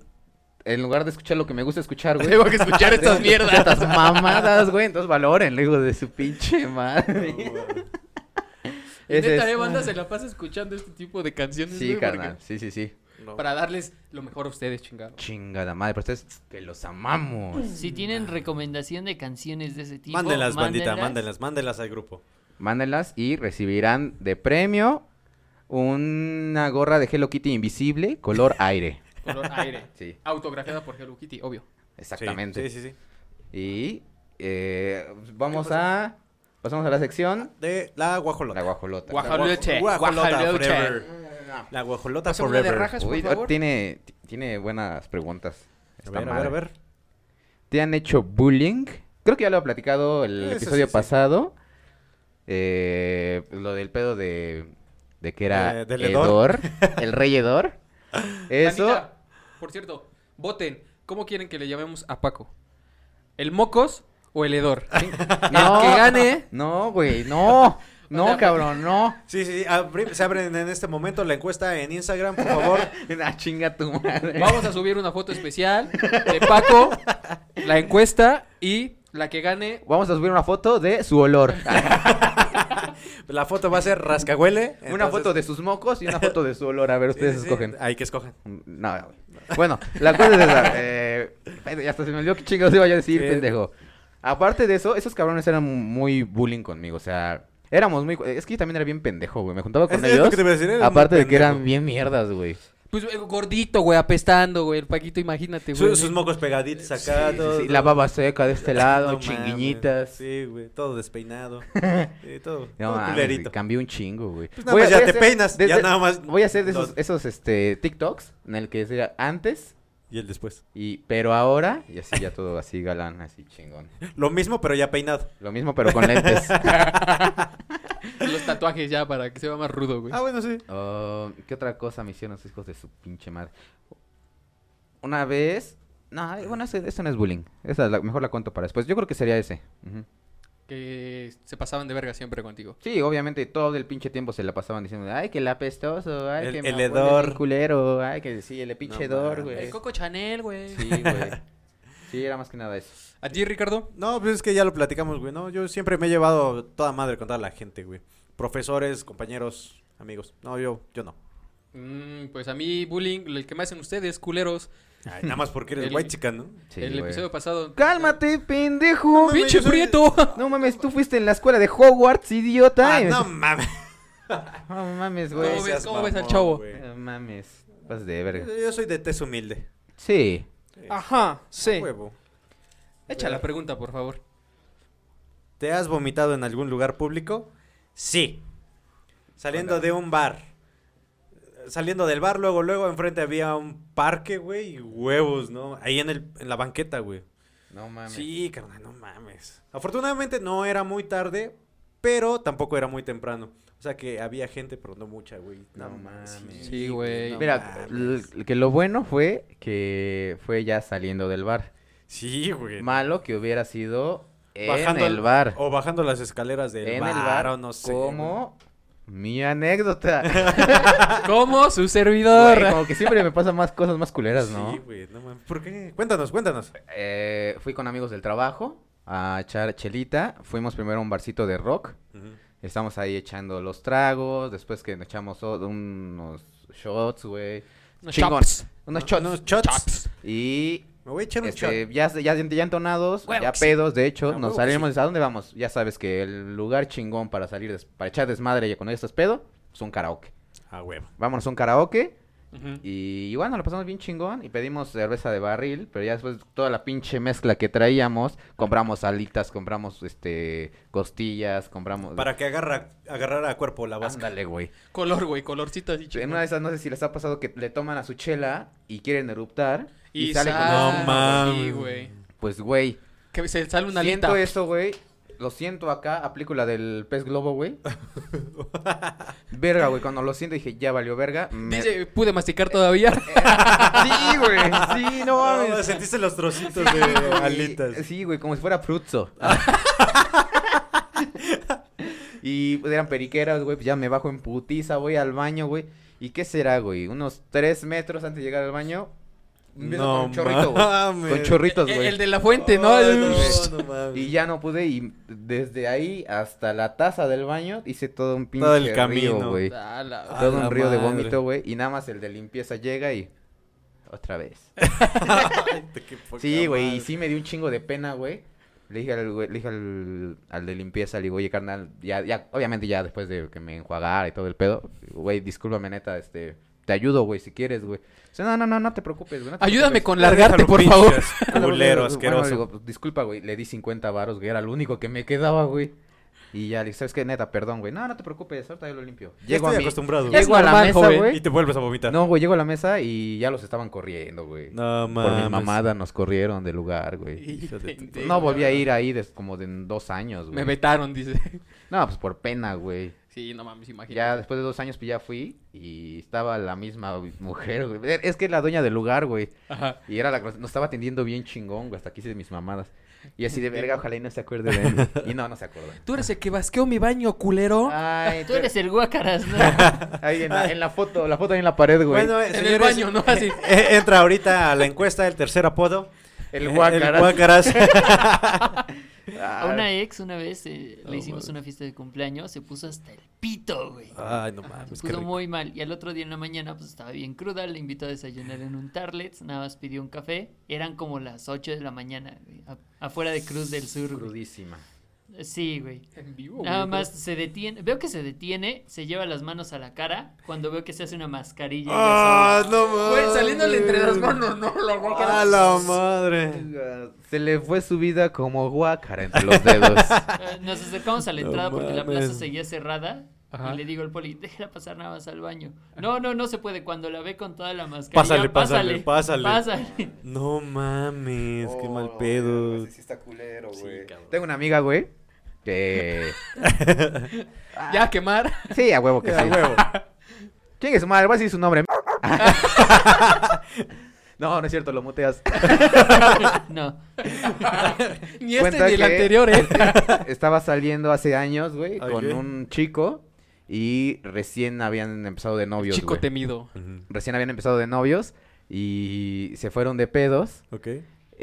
Speaker 2: en lugar de escuchar lo que me gusta escuchar, güey.
Speaker 3: [LAUGHS] Tengo que
Speaker 2: [LAUGHS]
Speaker 3: escuchar estas mierdas.
Speaker 2: Estas mamadas, güey. Entonces valoren, hijo de su pinche madre.
Speaker 5: Y
Speaker 2: Ese
Speaker 5: neta,
Speaker 2: es-
Speaker 5: eh, banda se la pasa escuchando este tipo de canciones,
Speaker 2: Sí,
Speaker 5: güey, porque-
Speaker 2: carnal. Sí, sí, sí.
Speaker 4: No.
Speaker 5: Para darles lo mejor a ustedes, chingado.
Speaker 2: Chingada madre, pero ustedes que los amamos.
Speaker 1: Si tienen recomendación de canciones de ese tipo,
Speaker 4: Mándenlas, bandita,
Speaker 1: mándenlas.
Speaker 4: mándenlas, mándenlas al grupo.
Speaker 2: Mándenlas y recibirán de premio una gorra de Hello Kitty invisible color aire.
Speaker 5: Color
Speaker 2: [LAUGHS]
Speaker 5: aire.
Speaker 2: Sí,
Speaker 5: Autografiada por Hello Kitty, obvio.
Speaker 4: Sí,
Speaker 2: exactamente.
Speaker 4: Sí, sí, sí.
Speaker 2: Y eh, vamos a pasamos a la sección
Speaker 4: De la guajolota.
Speaker 2: la guajolota.
Speaker 5: Guajolote.
Speaker 4: Guajolota
Speaker 5: Guajolote.
Speaker 4: forever.
Speaker 3: Ah,
Speaker 4: La guajolota
Speaker 5: Pásame una de
Speaker 4: forever.
Speaker 5: rajas,
Speaker 2: Uy, oh,
Speaker 5: por favor.
Speaker 2: tiene ti- tiene buenas preguntas.
Speaker 4: A
Speaker 2: Esta
Speaker 4: ver, a ver,
Speaker 2: madre.
Speaker 4: a ver.
Speaker 2: ¿Te han hecho bullying? Creo que ya lo he platicado el
Speaker 4: Eso
Speaker 2: episodio
Speaker 4: sí, sí.
Speaker 2: pasado. Eh, lo del pedo de, de que era
Speaker 4: Eh, del
Speaker 2: Hedor,
Speaker 4: [LAUGHS]
Speaker 2: el rey Hedor. Eso.
Speaker 5: Bandita, por cierto, voten. ¿Cómo quieren que le llamemos a Paco? ¿El mocos o el hedor?
Speaker 2: No,
Speaker 5: El [LAUGHS] que gane.
Speaker 2: No, güey,
Speaker 4: [LAUGHS]
Speaker 2: no. No,
Speaker 4: pues,
Speaker 5: sea,
Speaker 2: cabrón, no.
Speaker 4: Sí, sí, sí, abri- se abren en este momento la encuesta en Instagram, por
Speaker 2: [LAUGHS]
Speaker 4: favor.
Speaker 2: Ah, chinga tu madre.
Speaker 5: Vamos a subir una foto especial de Paco, la encuesta y la que gane.
Speaker 2: Vamos a subir una foto de su
Speaker 4: [LAUGHS]
Speaker 2: olor.
Speaker 4: La foto va a ser rascahuele.
Speaker 2: una foto de sus mocos y una foto de su olor. A ver, ustedes escogen.
Speaker 4: Ahí que escogen.
Speaker 2: No, güey. Bueno, la cosa es esa.
Speaker 4: [LAUGHS]
Speaker 2: Eh, ya hasta se me olvidó qué chingados iba yo a decir,
Speaker 4: Eh,
Speaker 2: pendejo. Aparte de eso, esos cabrones eran muy bullying conmigo, o sea... Éramos muy... Es que yo también era bien pendejo, güey. Me juntaba con
Speaker 4: Es- es lo
Speaker 2: ellos.
Speaker 4: que te iba a decir, eres muy
Speaker 2: aparte de que
Speaker 4: pendejo.
Speaker 2: eran bien mierdas, güey.
Speaker 5: Pues eh, gordito, güey, apestando, güey. El Paquito, imagínate,
Speaker 4: Su-
Speaker 5: güey.
Speaker 4: sus mocos pegaditos acá.
Speaker 2: Sí,
Speaker 4: todo-
Speaker 2: sí, la baba seca de este lado,
Speaker 4: [LAUGHS] No mames.
Speaker 2: chinguiñitas.
Speaker 4: Sí, güey, todo despeinado.
Speaker 5: [LAUGHS]
Speaker 4: Sí, todo,
Speaker 2: No,
Speaker 4: todo
Speaker 2: mames, güey,
Speaker 4: culerito.
Speaker 2: cambié un chingo, güey.
Speaker 4: Pues nada más ya te peinas, ya nada más
Speaker 2: Voy a hacer de esos,
Speaker 4: los-
Speaker 2: esos este, TikToks en el que sea antes
Speaker 4: Y el después.
Speaker 2: y... Pero ahora, y así ya todo así galán, así chingón.
Speaker 4: Lo mismo, pero ya peinado.
Speaker 2: Lo mismo, pero con
Speaker 4: [LAUGHS]
Speaker 2: lentes.
Speaker 5: Los tatuajes ya para que se vea más rudo, güey.
Speaker 4: Ah, bueno, sí.
Speaker 2: Oh, ¿Qué otra cosa me hicieron esos hijos de su pinche madre? Una vez... No, eh, bueno, eso, eso no es bullying. Esa la- mejor la cuento para después. Yo creo que sería ese. Ujú.
Speaker 5: Que se pasaban de verga siempre contigo.
Speaker 2: Sí, obviamente todo el pinche tiempo se la pasaban diciendo, ay, que el apestoso, ay,
Speaker 4: El-
Speaker 2: que me
Speaker 4: el
Speaker 2: huele bien
Speaker 4: hedor".
Speaker 2: culero, ay, que sí, el pinche
Speaker 4: No
Speaker 2: hedor,
Speaker 4: mames.
Speaker 2: güey.
Speaker 5: El Coco Chanel, güey.
Speaker 2: Eh. Sí, güey. Sí, era más que nada eso.
Speaker 5: [LAUGHS] ¿A ti, Ricardo?
Speaker 4: No, pues es que ya lo platicamos, güey, ¿no? Yo siempre me he llevado toda madre con toda la gente, güey. Profesores, compañeros, amigos. No, yo, yo no.
Speaker 5: Mm, pues a mí, bullying, el que me hacen ustedes, culeros.
Speaker 4: Ay, nada más porque eres
Speaker 5: El-
Speaker 4: white chica, ¿no?
Speaker 2: Sí,
Speaker 5: el
Speaker 2: güey.
Speaker 5: episodio pasado. ¡Oh,
Speaker 2: ¡Cálmate, pendejo!
Speaker 5: ¡Pinche
Speaker 2: [LAUGHS]
Speaker 5: prieto!
Speaker 2: No mames, tú fuiste en la escuela de Hogwarts, idiota.
Speaker 4: Ah,
Speaker 2: Y me-
Speaker 4: no mames.
Speaker 2: No mames,
Speaker 5: ¿Cómo
Speaker 2: güey.
Speaker 5: ves?
Speaker 4: seas
Speaker 5: ¿Cómo ves al
Speaker 4: mamón,
Speaker 5: chavo?
Speaker 4: güey.
Speaker 2: No mames. Vas de verga.
Speaker 4: Yo soy de tez humilde. Eh,
Speaker 2: Sí.
Speaker 5: Ajá, Ah, sí.
Speaker 2: Ah,
Speaker 4: Huevo.
Speaker 5: Echa la pregunta, por favor.
Speaker 4: ¿Te has vomitado en algún lugar público? Sí. Saliendo de un bar. Saliendo del bar, luego, luego, enfrente había un parque, güey, y huevos, ¿no? Ahí en, el, en la banqueta, güey.
Speaker 2: No mames.
Speaker 4: Sí, carnal, no mames. Afortunadamente no era muy tarde, pero tampoco era muy temprano. O sea que había gente, pero no mucha, güey.
Speaker 2: No mames.
Speaker 5: Sí, güey.
Speaker 4: no
Speaker 2: Mira,
Speaker 4: mames.
Speaker 2: l- que lo bueno fue que fue ya saliendo del bar.
Speaker 4: Sí, güey.
Speaker 2: Malo que hubiera sido en
Speaker 4: Bajando
Speaker 2: el
Speaker 4: al-
Speaker 2: bar.
Speaker 4: O bajando las escaleras del
Speaker 2: en
Speaker 4: bar,
Speaker 2: el bar,
Speaker 4: o no sé. güey.
Speaker 2: como mi
Speaker 4: [LAUGHS]
Speaker 2: anécdota.
Speaker 3: Como
Speaker 2: Ah.
Speaker 5: [LAUGHS]
Speaker 3: su
Speaker 2: Güey,
Speaker 3: servidor.
Speaker 2: como que siempre me pasan más cosas más culeras, ¿no?
Speaker 4: Sí, güey, no mames. ¿Por qué? Cuéntanos, cuéntanos.
Speaker 2: Eh, fui con amigos del trabajo a echar chelita. Fuimos primero a un barcito de rock.
Speaker 4: Ujú.
Speaker 2: Estamos ahí echando los tragos. Después que nos echamos o- unos shots, güey. Chingón.
Speaker 5: Chops.
Speaker 2: Unos shots.
Speaker 4: Ah, Unos shots.
Speaker 2: Y
Speaker 4: Me voy a echar un
Speaker 2: este,
Speaker 4: shot.
Speaker 2: ya, ya, ya entonados,
Speaker 5: Huevo
Speaker 2: ya
Speaker 5: que sí.
Speaker 2: pedos. De hecho,
Speaker 4: Ah, huevo
Speaker 2: nos
Speaker 4: que
Speaker 2: salimos. ¿A dónde vamos? Ya sabes que el lugar chingón para salir, des- para echar desmadre y cuando ya estás pedo, es un karaoke.
Speaker 4: Ah, huevo.
Speaker 2: Vámonos a un karaoke. Y, y bueno, lo pasamos bien chingón y pedimos cerveza de barril, pero ya después toda la pinche mezcla que traíamos, compramos alitas, compramos este costillas, compramos...
Speaker 4: Para que agarra, agarrara a cuerpo la vasca.
Speaker 2: Ándale, güey.
Speaker 5: Color, güey, colorcito así
Speaker 2: En
Speaker 5: chingón.
Speaker 2: una de esas, no sé si les ha pasado que le toman a su chela y quieren eruptar y,
Speaker 5: Y
Speaker 2: sale
Speaker 5: sale
Speaker 4: No
Speaker 5: No
Speaker 4: mames.
Speaker 5: güey.
Speaker 2: con... Pues, güey,
Speaker 5: Que se sale una
Speaker 2: siento
Speaker 5: lita.
Speaker 2: eso, güey. Lo siento acá, aplico la del pez globo,
Speaker 4: [LAUGHS]
Speaker 2: güey. verga, güey, cuando lo siento dije, ya valió verga. me-
Speaker 5: Dice, pude
Speaker 2: [LAUGHS]
Speaker 5: masticar todavía.
Speaker 2: Sí, güey, sí, no mames.
Speaker 4: No, sentiste los trocitos de alitas.
Speaker 2: Y- Sí, güey, como si fuera
Speaker 4: [LAUGHS]
Speaker 2: Fruzzo. y pues, eran periqueras, güey. pues, Ya me bajo en putiza, voy al baño, güey. ¿Y qué será, güey? Unos tres metros antes de llegar al baño. Empiezo con un chorrito, güey.
Speaker 4: mames.
Speaker 2: Con chorritos,
Speaker 5: El,
Speaker 2: güey.
Speaker 5: el de la fuente, ¿no?
Speaker 4: Ay,
Speaker 5: Ush.
Speaker 4: no, no mames.
Speaker 2: Y ya no pude. Y desde ahí hasta la taza del baño hice todo un pinche
Speaker 4: Todo el
Speaker 2: río,
Speaker 4: camino.
Speaker 2: güey.
Speaker 5: Ah, la-
Speaker 4: Ah,
Speaker 2: Todo
Speaker 4: la
Speaker 2: un río de
Speaker 4: madre.
Speaker 2: vómito, güey. Y nada más el de limpieza llega y. Otra vez.
Speaker 4: [LAUGHS] Ay, te- qué poca
Speaker 2: Sí, güey, y
Speaker 4: madre.
Speaker 2: sí me dio un chingo de pena, güey. Le dije al, güey- le dije al, al de limpieza, le digo, oye, carnal, ya, ya, obviamente ya después de que me enjuagara y todo el pedo, güey, discúlpame, neta, este, te ayudo, güey, si quieres, güey. Dice, no, no, no, no te preocupes, güey. no te
Speaker 5: Ayúdame
Speaker 2: preocupes".
Speaker 5: con largarte,
Speaker 4: Déjalo,
Speaker 5: por favor.
Speaker 4: pinches,
Speaker 2: Ah, no,
Speaker 4: Culero,
Speaker 2: bueno,
Speaker 4: asqueroso.
Speaker 2: le digo, "Pues, disculpa, güey, le di 50 varos, güey, era lo único que me quedaba, güey. Y ya le dije, ¿sabes qué? Neta, perdón, güey. No, no te preocupes, ahorita yo lo limpio.
Speaker 4: Ya
Speaker 2: Llego a
Speaker 4: estoy
Speaker 2: mi-
Speaker 4: acostumbrado.
Speaker 2: Llego a la
Speaker 5: normal,
Speaker 2: mesa,
Speaker 5: joven.
Speaker 2: güey.
Speaker 4: Y te vuelves a vomitar.
Speaker 2: No, güey, llego a la mesa y ya los estaban corriendo, güey.
Speaker 4: no mames.
Speaker 2: Por mi mamada nos corrieron del lugar, güey.
Speaker 4: Hijo de tu-
Speaker 5: Sí,
Speaker 2: No volví a
Speaker 5: güey.
Speaker 2: ir ahí des- como de en dos años, güey.
Speaker 5: Me vetaron, dice.
Speaker 2: No, pues por pena, güey.
Speaker 5: Sí, no mames, imagínate.
Speaker 2: Ya después de dos años pues ya fui y estaba la misma [LAUGHS] mujer, güey. Er- Es que es la dueña del lugar, güey.
Speaker 5: Ajá.
Speaker 2: Y era la que nos nos estaba atendiendo bien chingón, güey. Hasta aquí hice mis mamadas. Y así de verga, ojalá y no se acuerde de mí. Y no, no se acuerda.
Speaker 5: Tú eres el que basqueó mi baño, culero.
Speaker 2: Ah, Ay,
Speaker 1: Tú eres el
Speaker 4: [LAUGHS]
Speaker 1: guacaras, ¿no?
Speaker 2: Ahí en la, en la foto, la foto ahí en la pared, güey.
Speaker 4: Bueno, eh,
Speaker 5: en el
Speaker 4: señores,
Speaker 5: baño, ¿no? Así.
Speaker 4: eh, entra ahorita a la encuesta del tercer apodo.
Speaker 2: el
Speaker 4: eh,
Speaker 2: Ah,
Speaker 4: El
Speaker 2: guacara. [LAUGHS]
Speaker 4: guácaras.
Speaker 1: A una ex una vez eh, le hicimos una fiesta de cumpleaños, se puso hasta el pito, güey.
Speaker 4: Ay, no
Speaker 1: Ajá,
Speaker 4: mames. Ah, pues
Speaker 5: Pues
Speaker 1: se
Speaker 4: qué
Speaker 1: puso
Speaker 4: rico.
Speaker 1: muy mal. Y al otro día en la mañana, pues estaba bien cruda, le invitó a desayunar en un Tarlets, nada más pidió un café. Eran como las 8 de la mañana, güey, a- afuera de Cruz del Sur. güey.
Speaker 2: Crudísima.
Speaker 1: Sí, güey.
Speaker 5: En vivo, güey,
Speaker 1: Nada
Speaker 5: pero-
Speaker 1: más se detiene, veo que se detiene, se lleva las manos a la cara, cuando veo que se hace una mascarilla. en la
Speaker 4: Ah,
Speaker 1: sombra.
Speaker 4: no mames.
Speaker 5: Güey, saliéndole entre las manos, no, la guácara.
Speaker 4: A la madre.
Speaker 2: Se le fue su vida como guacara entre los dedos.
Speaker 1: Eh, [LAUGHS] Nos acercamos a la
Speaker 4: No
Speaker 1: entrada porque la plaza
Speaker 4: mames.
Speaker 1: seguía cerrada.
Speaker 5: Ajá.
Speaker 1: Y le digo al poli, déjala pasar nada más al baño. No, no, no se puede. Cuando la ve con toda la mascarilla,
Speaker 4: Pásale, pásale, pásale.
Speaker 1: pásale.
Speaker 4: No mames, qué
Speaker 2: Oh,
Speaker 4: mal pedo.
Speaker 2: está culero, güey. Tengo una amiga, güey, que...
Speaker 5: Ya, quemar. [LAUGHS]
Speaker 2: Sí, a huevo que
Speaker 4: A
Speaker 2: sí.
Speaker 4: huevo.
Speaker 2: Chingue su madre, voy a decir su nombre. [LAUGHS] no, no es cierto, lo muteas. [LAUGHS]
Speaker 1: [LAUGHS] No.
Speaker 5: Ni este
Speaker 2: Cuenta
Speaker 5: ni el
Speaker 2: que-
Speaker 5: anterior, eh.
Speaker 2: Estaba saliendo hace años, güey, con
Speaker 4: Ok.
Speaker 2: un chico y recién habían empezado de novios,
Speaker 5: Chico
Speaker 2: güey.
Speaker 5: temido.
Speaker 4: Ujú,
Speaker 2: Recién habían empezado de novios y se fueron de pedos.
Speaker 4: Ok.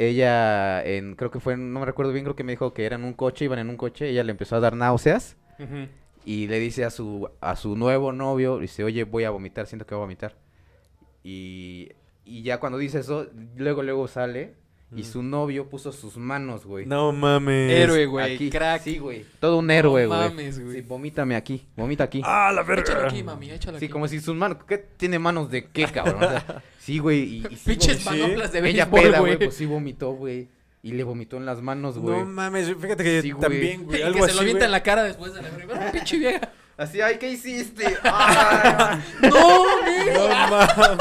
Speaker 2: Ella, en, creo que fue, en- no me recuerdo bien, creo que me dijo que eran un coche, iban en un coche, ella le empezó a dar náuseas y le dice a su, a su nuevo novio, dice, oye, voy a vomitar, siento que voy a vomitar. Y, y ya cuando dice eso, luego, luego sale
Speaker 5: Mm.
Speaker 2: Y su novio puso sus manos, güey.
Speaker 4: No mames.
Speaker 5: Héroe, güey.
Speaker 2: Aquí.
Speaker 5: Crack.
Speaker 2: Sí, güey. Todo un héroe,
Speaker 5: No
Speaker 2: güey.
Speaker 5: mames, güey.
Speaker 2: Sí, vomítame aquí, vomita aquí.
Speaker 4: Ah, la verga.
Speaker 5: Échalo aquí, mami, échalo
Speaker 2: sí,
Speaker 5: aquí.
Speaker 2: como si sus manos. ¿Qué tiene manos de qué, cabrón? O
Speaker 5: [LAUGHS]
Speaker 2: sea, sí, güey. Y, y sí,
Speaker 5: Pinches
Speaker 4: sí.
Speaker 5: manoplas de
Speaker 2: güey, ella
Speaker 5: béisbol,
Speaker 2: peda, güey.
Speaker 5: güey.
Speaker 2: Pues sí vomitó, güey. Y le vomitó en las manos,
Speaker 5: Pues,
Speaker 2: güey.
Speaker 4: No mames, fíjate que
Speaker 2: Sí, güey.
Speaker 4: también,
Speaker 5: Y
Speaker 4: güey.
Speaker 5: [LAUGHS] [LAUGHS] que
Speaker 4: Algo
Speaker 5: se
Speaker 4: así,
Speaker 5: lo avienta
Speaker 4: güey.
Speaker 5: en la cara después de la primera pinche vieja.
Speaker 2: Así, ay, ¿qué
Speaker 5: [LAUGHS]
Speaker 2: hiciste? Ay.
Speaker 5: ¡No, güey!
Speaker 4: No mames.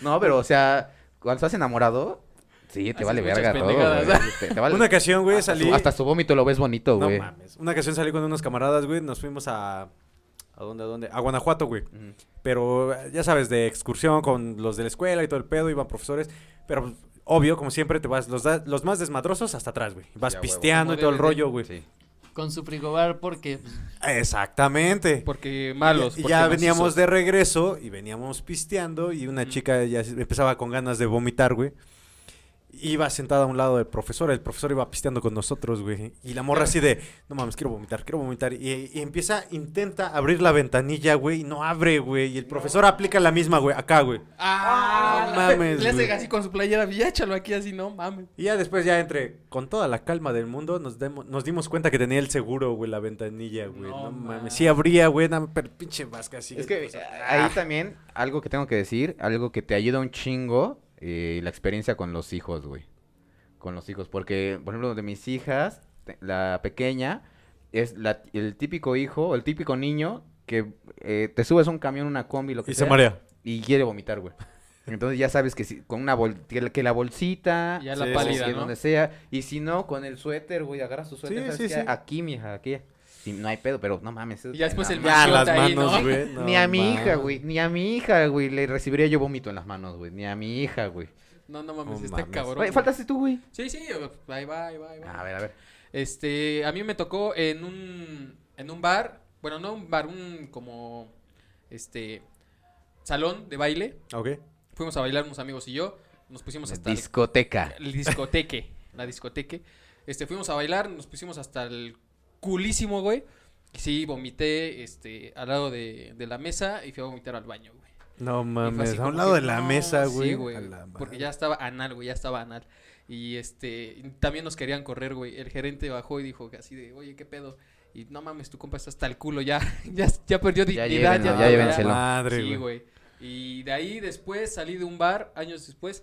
Speaker 2: no, pero, o sea, cuando estás enamorado, sí, te
Speaker 5: Haces
Speaker 2: vale
Speaker 5: muchas
Speaker 2: verga todo,
Speaker 5: pendejadas,
Speaker 2: güey. Te, te vale...
Speaker 4: [LAUGHS] Una ocasión, güey,
Speaker 2: hasta su-
Speaker 4: salí.
Speaker 2: Hasta su vómito lo ves bonito,
Speaker 4: No
Speaker 2: güey.
Speaker 4: mames. Una ocasión salí con unos camaradas, güey. Nos fuimos a. ¿A dónde? ¿A dónde? A Guanajuato, güey.
Speaker 2: Ujú.
Speaker 4: Pero eh, ya sabes, de excursión con los de la escuela y todo el pedo, iban profesores. Pero pues, obvio, como siempre, te vas los, da- los más desmadrosos hasta atrás, güey. Vas
Speaker 2: Sí, a huevo.
Speaker 4: pisteando y
Speaker 5: Como
Speaker 4: todo el
Speaker 5: debe de.
Speaker 4: rollo, güey.
Speaker 2: Sí.
Speaker 1: Con su frigobar porque pues,
Speaker 4: Exactamente.
Speaker 5: Porque malos.
Speaker 4: Y ya-
Speaker 5: porque
Speaker 4: ya
Speaker 5: macizos.
Speaker 4: veníamos de regreso y veníamos pisteando y una chica ya se- empezaba con ganas de vomitar, güey. Iba sentada a un lado del profesor, el profesor iba pisteando con nosotros, güey. Y la morra así de, no mames, quiero vomitar, quiero vomitar. Y, y empieza, intenta abrir la ventanilla, güey, y no abre, güey. Y el profesor aplica la misma, güey, acá, güey.
Speaker 5: Ah,
Speaker 4: Ah,
Speaker 5: no
Speaker 4: mames,
Speaker 5: mames. Le hace
Speaker 4: güey.
Speaker 5: así con su playera. Y échalo aquí así, no mames.
Speaker 4: Y ya después, ya entre, con toda la calma del mundo, nos, demo- nos dimos cuenta que tenía el seguro, güey, la ventanilla, güey. No,
Speaker 5: No
Speaker 4: mames.
Speaker 5: mames.
Speaker 4: Sí abría, güey, nada, pero pinche vasca así.
Speaker 2: Es que eh,
Speaker 4: ah.
Speaker 2: ahí también, algo que tengo que decir, algo que te ayuda un chingo, eh, la experiencia con los hijos, güey. Con los hijos, porque, por ejemplo, de mis hijas, te- la pequeña, es la- el típico hijo, o el típico niño que eh, te subes a un camión, una combi, lo que
Speaker 4: Y se
Speaker 2: sea,
Speaker 4: marea.
Speaker 2: y quiere vomitar, güey. Entonces ya sabes que si, con una bol- que la- que la bolsita,
Speaker 5: Ya la
Speaker 2: o
Speaker 5: pálida,
Speaker 2: que
Speaker 5: ¿no?
Speaker 2: donde sea, y si no, con el suéter, güey, agarra su suéter,
Speaker 4: Sí,
Speaker 2: ¿sabes
Speaker 4: sí,
Speaker 2: qué?
Speaker 4: sí.
Speaker 2: aquí, mija, aquí. Sí, no hay pedo, pero no mames. es-
Speaker 5: Y ya después
Speaker 2: no
Speaker 5: el
Speaker 2: mames.
Speaker 4: Ya, las
Speaker 5: Idiota ahí,
Speaker 4: manos,
Speaker 5: ¿no?
Speaker 4: güey.
Speaker 2: ni a
Speaker 4: no
Speaker 2: mi hija,
Speaker 4: mames.
Speaker 2: güey. Ni a mi hija, güey. Le recibiría yo vómito en las manos, güey. Ni a mi hija, güey.
Speaker 5: No, no mames,
Speaker 4: No
Speaker 5: está
Speaker 4: mames.
Speaker 5: cabrón.
Speaker 2: Oye,
Speaker 5: güey.
Speaker 2: faltaste tú, güey.
Speaker 5: Sí, sí, ahí va, ahí va, ahí va.
Speaker 2: A ver, a ver.
Speaker 5: Este, a mí me tocó en un, en un bar, bueno, no un bar, un como, este, salón de baile.
Speaker 4: Ok.
Speaker 5: Fuimos a bailar unos amigos y yo, nos pusimos hasta el-
Speaker 2: Discoteca.
Speaker 5: el discoteque, la discoteque. Este, fuimos a bailar, nos pusimos hasta el culísimo, güey. Y sí, vomité, este, al lado de, de la mesa y fui a vomitar al baño, güey.
Speaker 4: No
Speaker 5: Y fue
Speaker 4: mames.
Speaker 5: así
Speaker 4: A
Speaker 5: como
Speaker 4: un lado
Speaker 5: que,
Speaker 4: de la
Speaker 5: no,
Speaker 4: mesa,
Speaker 5: sí,
Speaker 4: güey.
Speaker 5: güey,
Speaker 4: A la madre.
Speaker 5: porque ya estaba anal, güey, ya estaba anal. Y este, y también nos querían correr, güey. El gerente bajó y dijo que así de, oye, ¿qué pedo? Y no mames, tu compa está hasta el culo, ya, [LAUGHS] ya, ya perdió
Speaker 2: Ya
Speaker 5: dignidad.
Speaker 2: llévenlo,
Speaker 5: no-
Speaker 2: ya llévenselo.
Speaker 4: Madre,
Speaker 5: Sí,
Speaker 4: güey.
Speaker 5: güey. Y de ahí después salí de un bar, años después,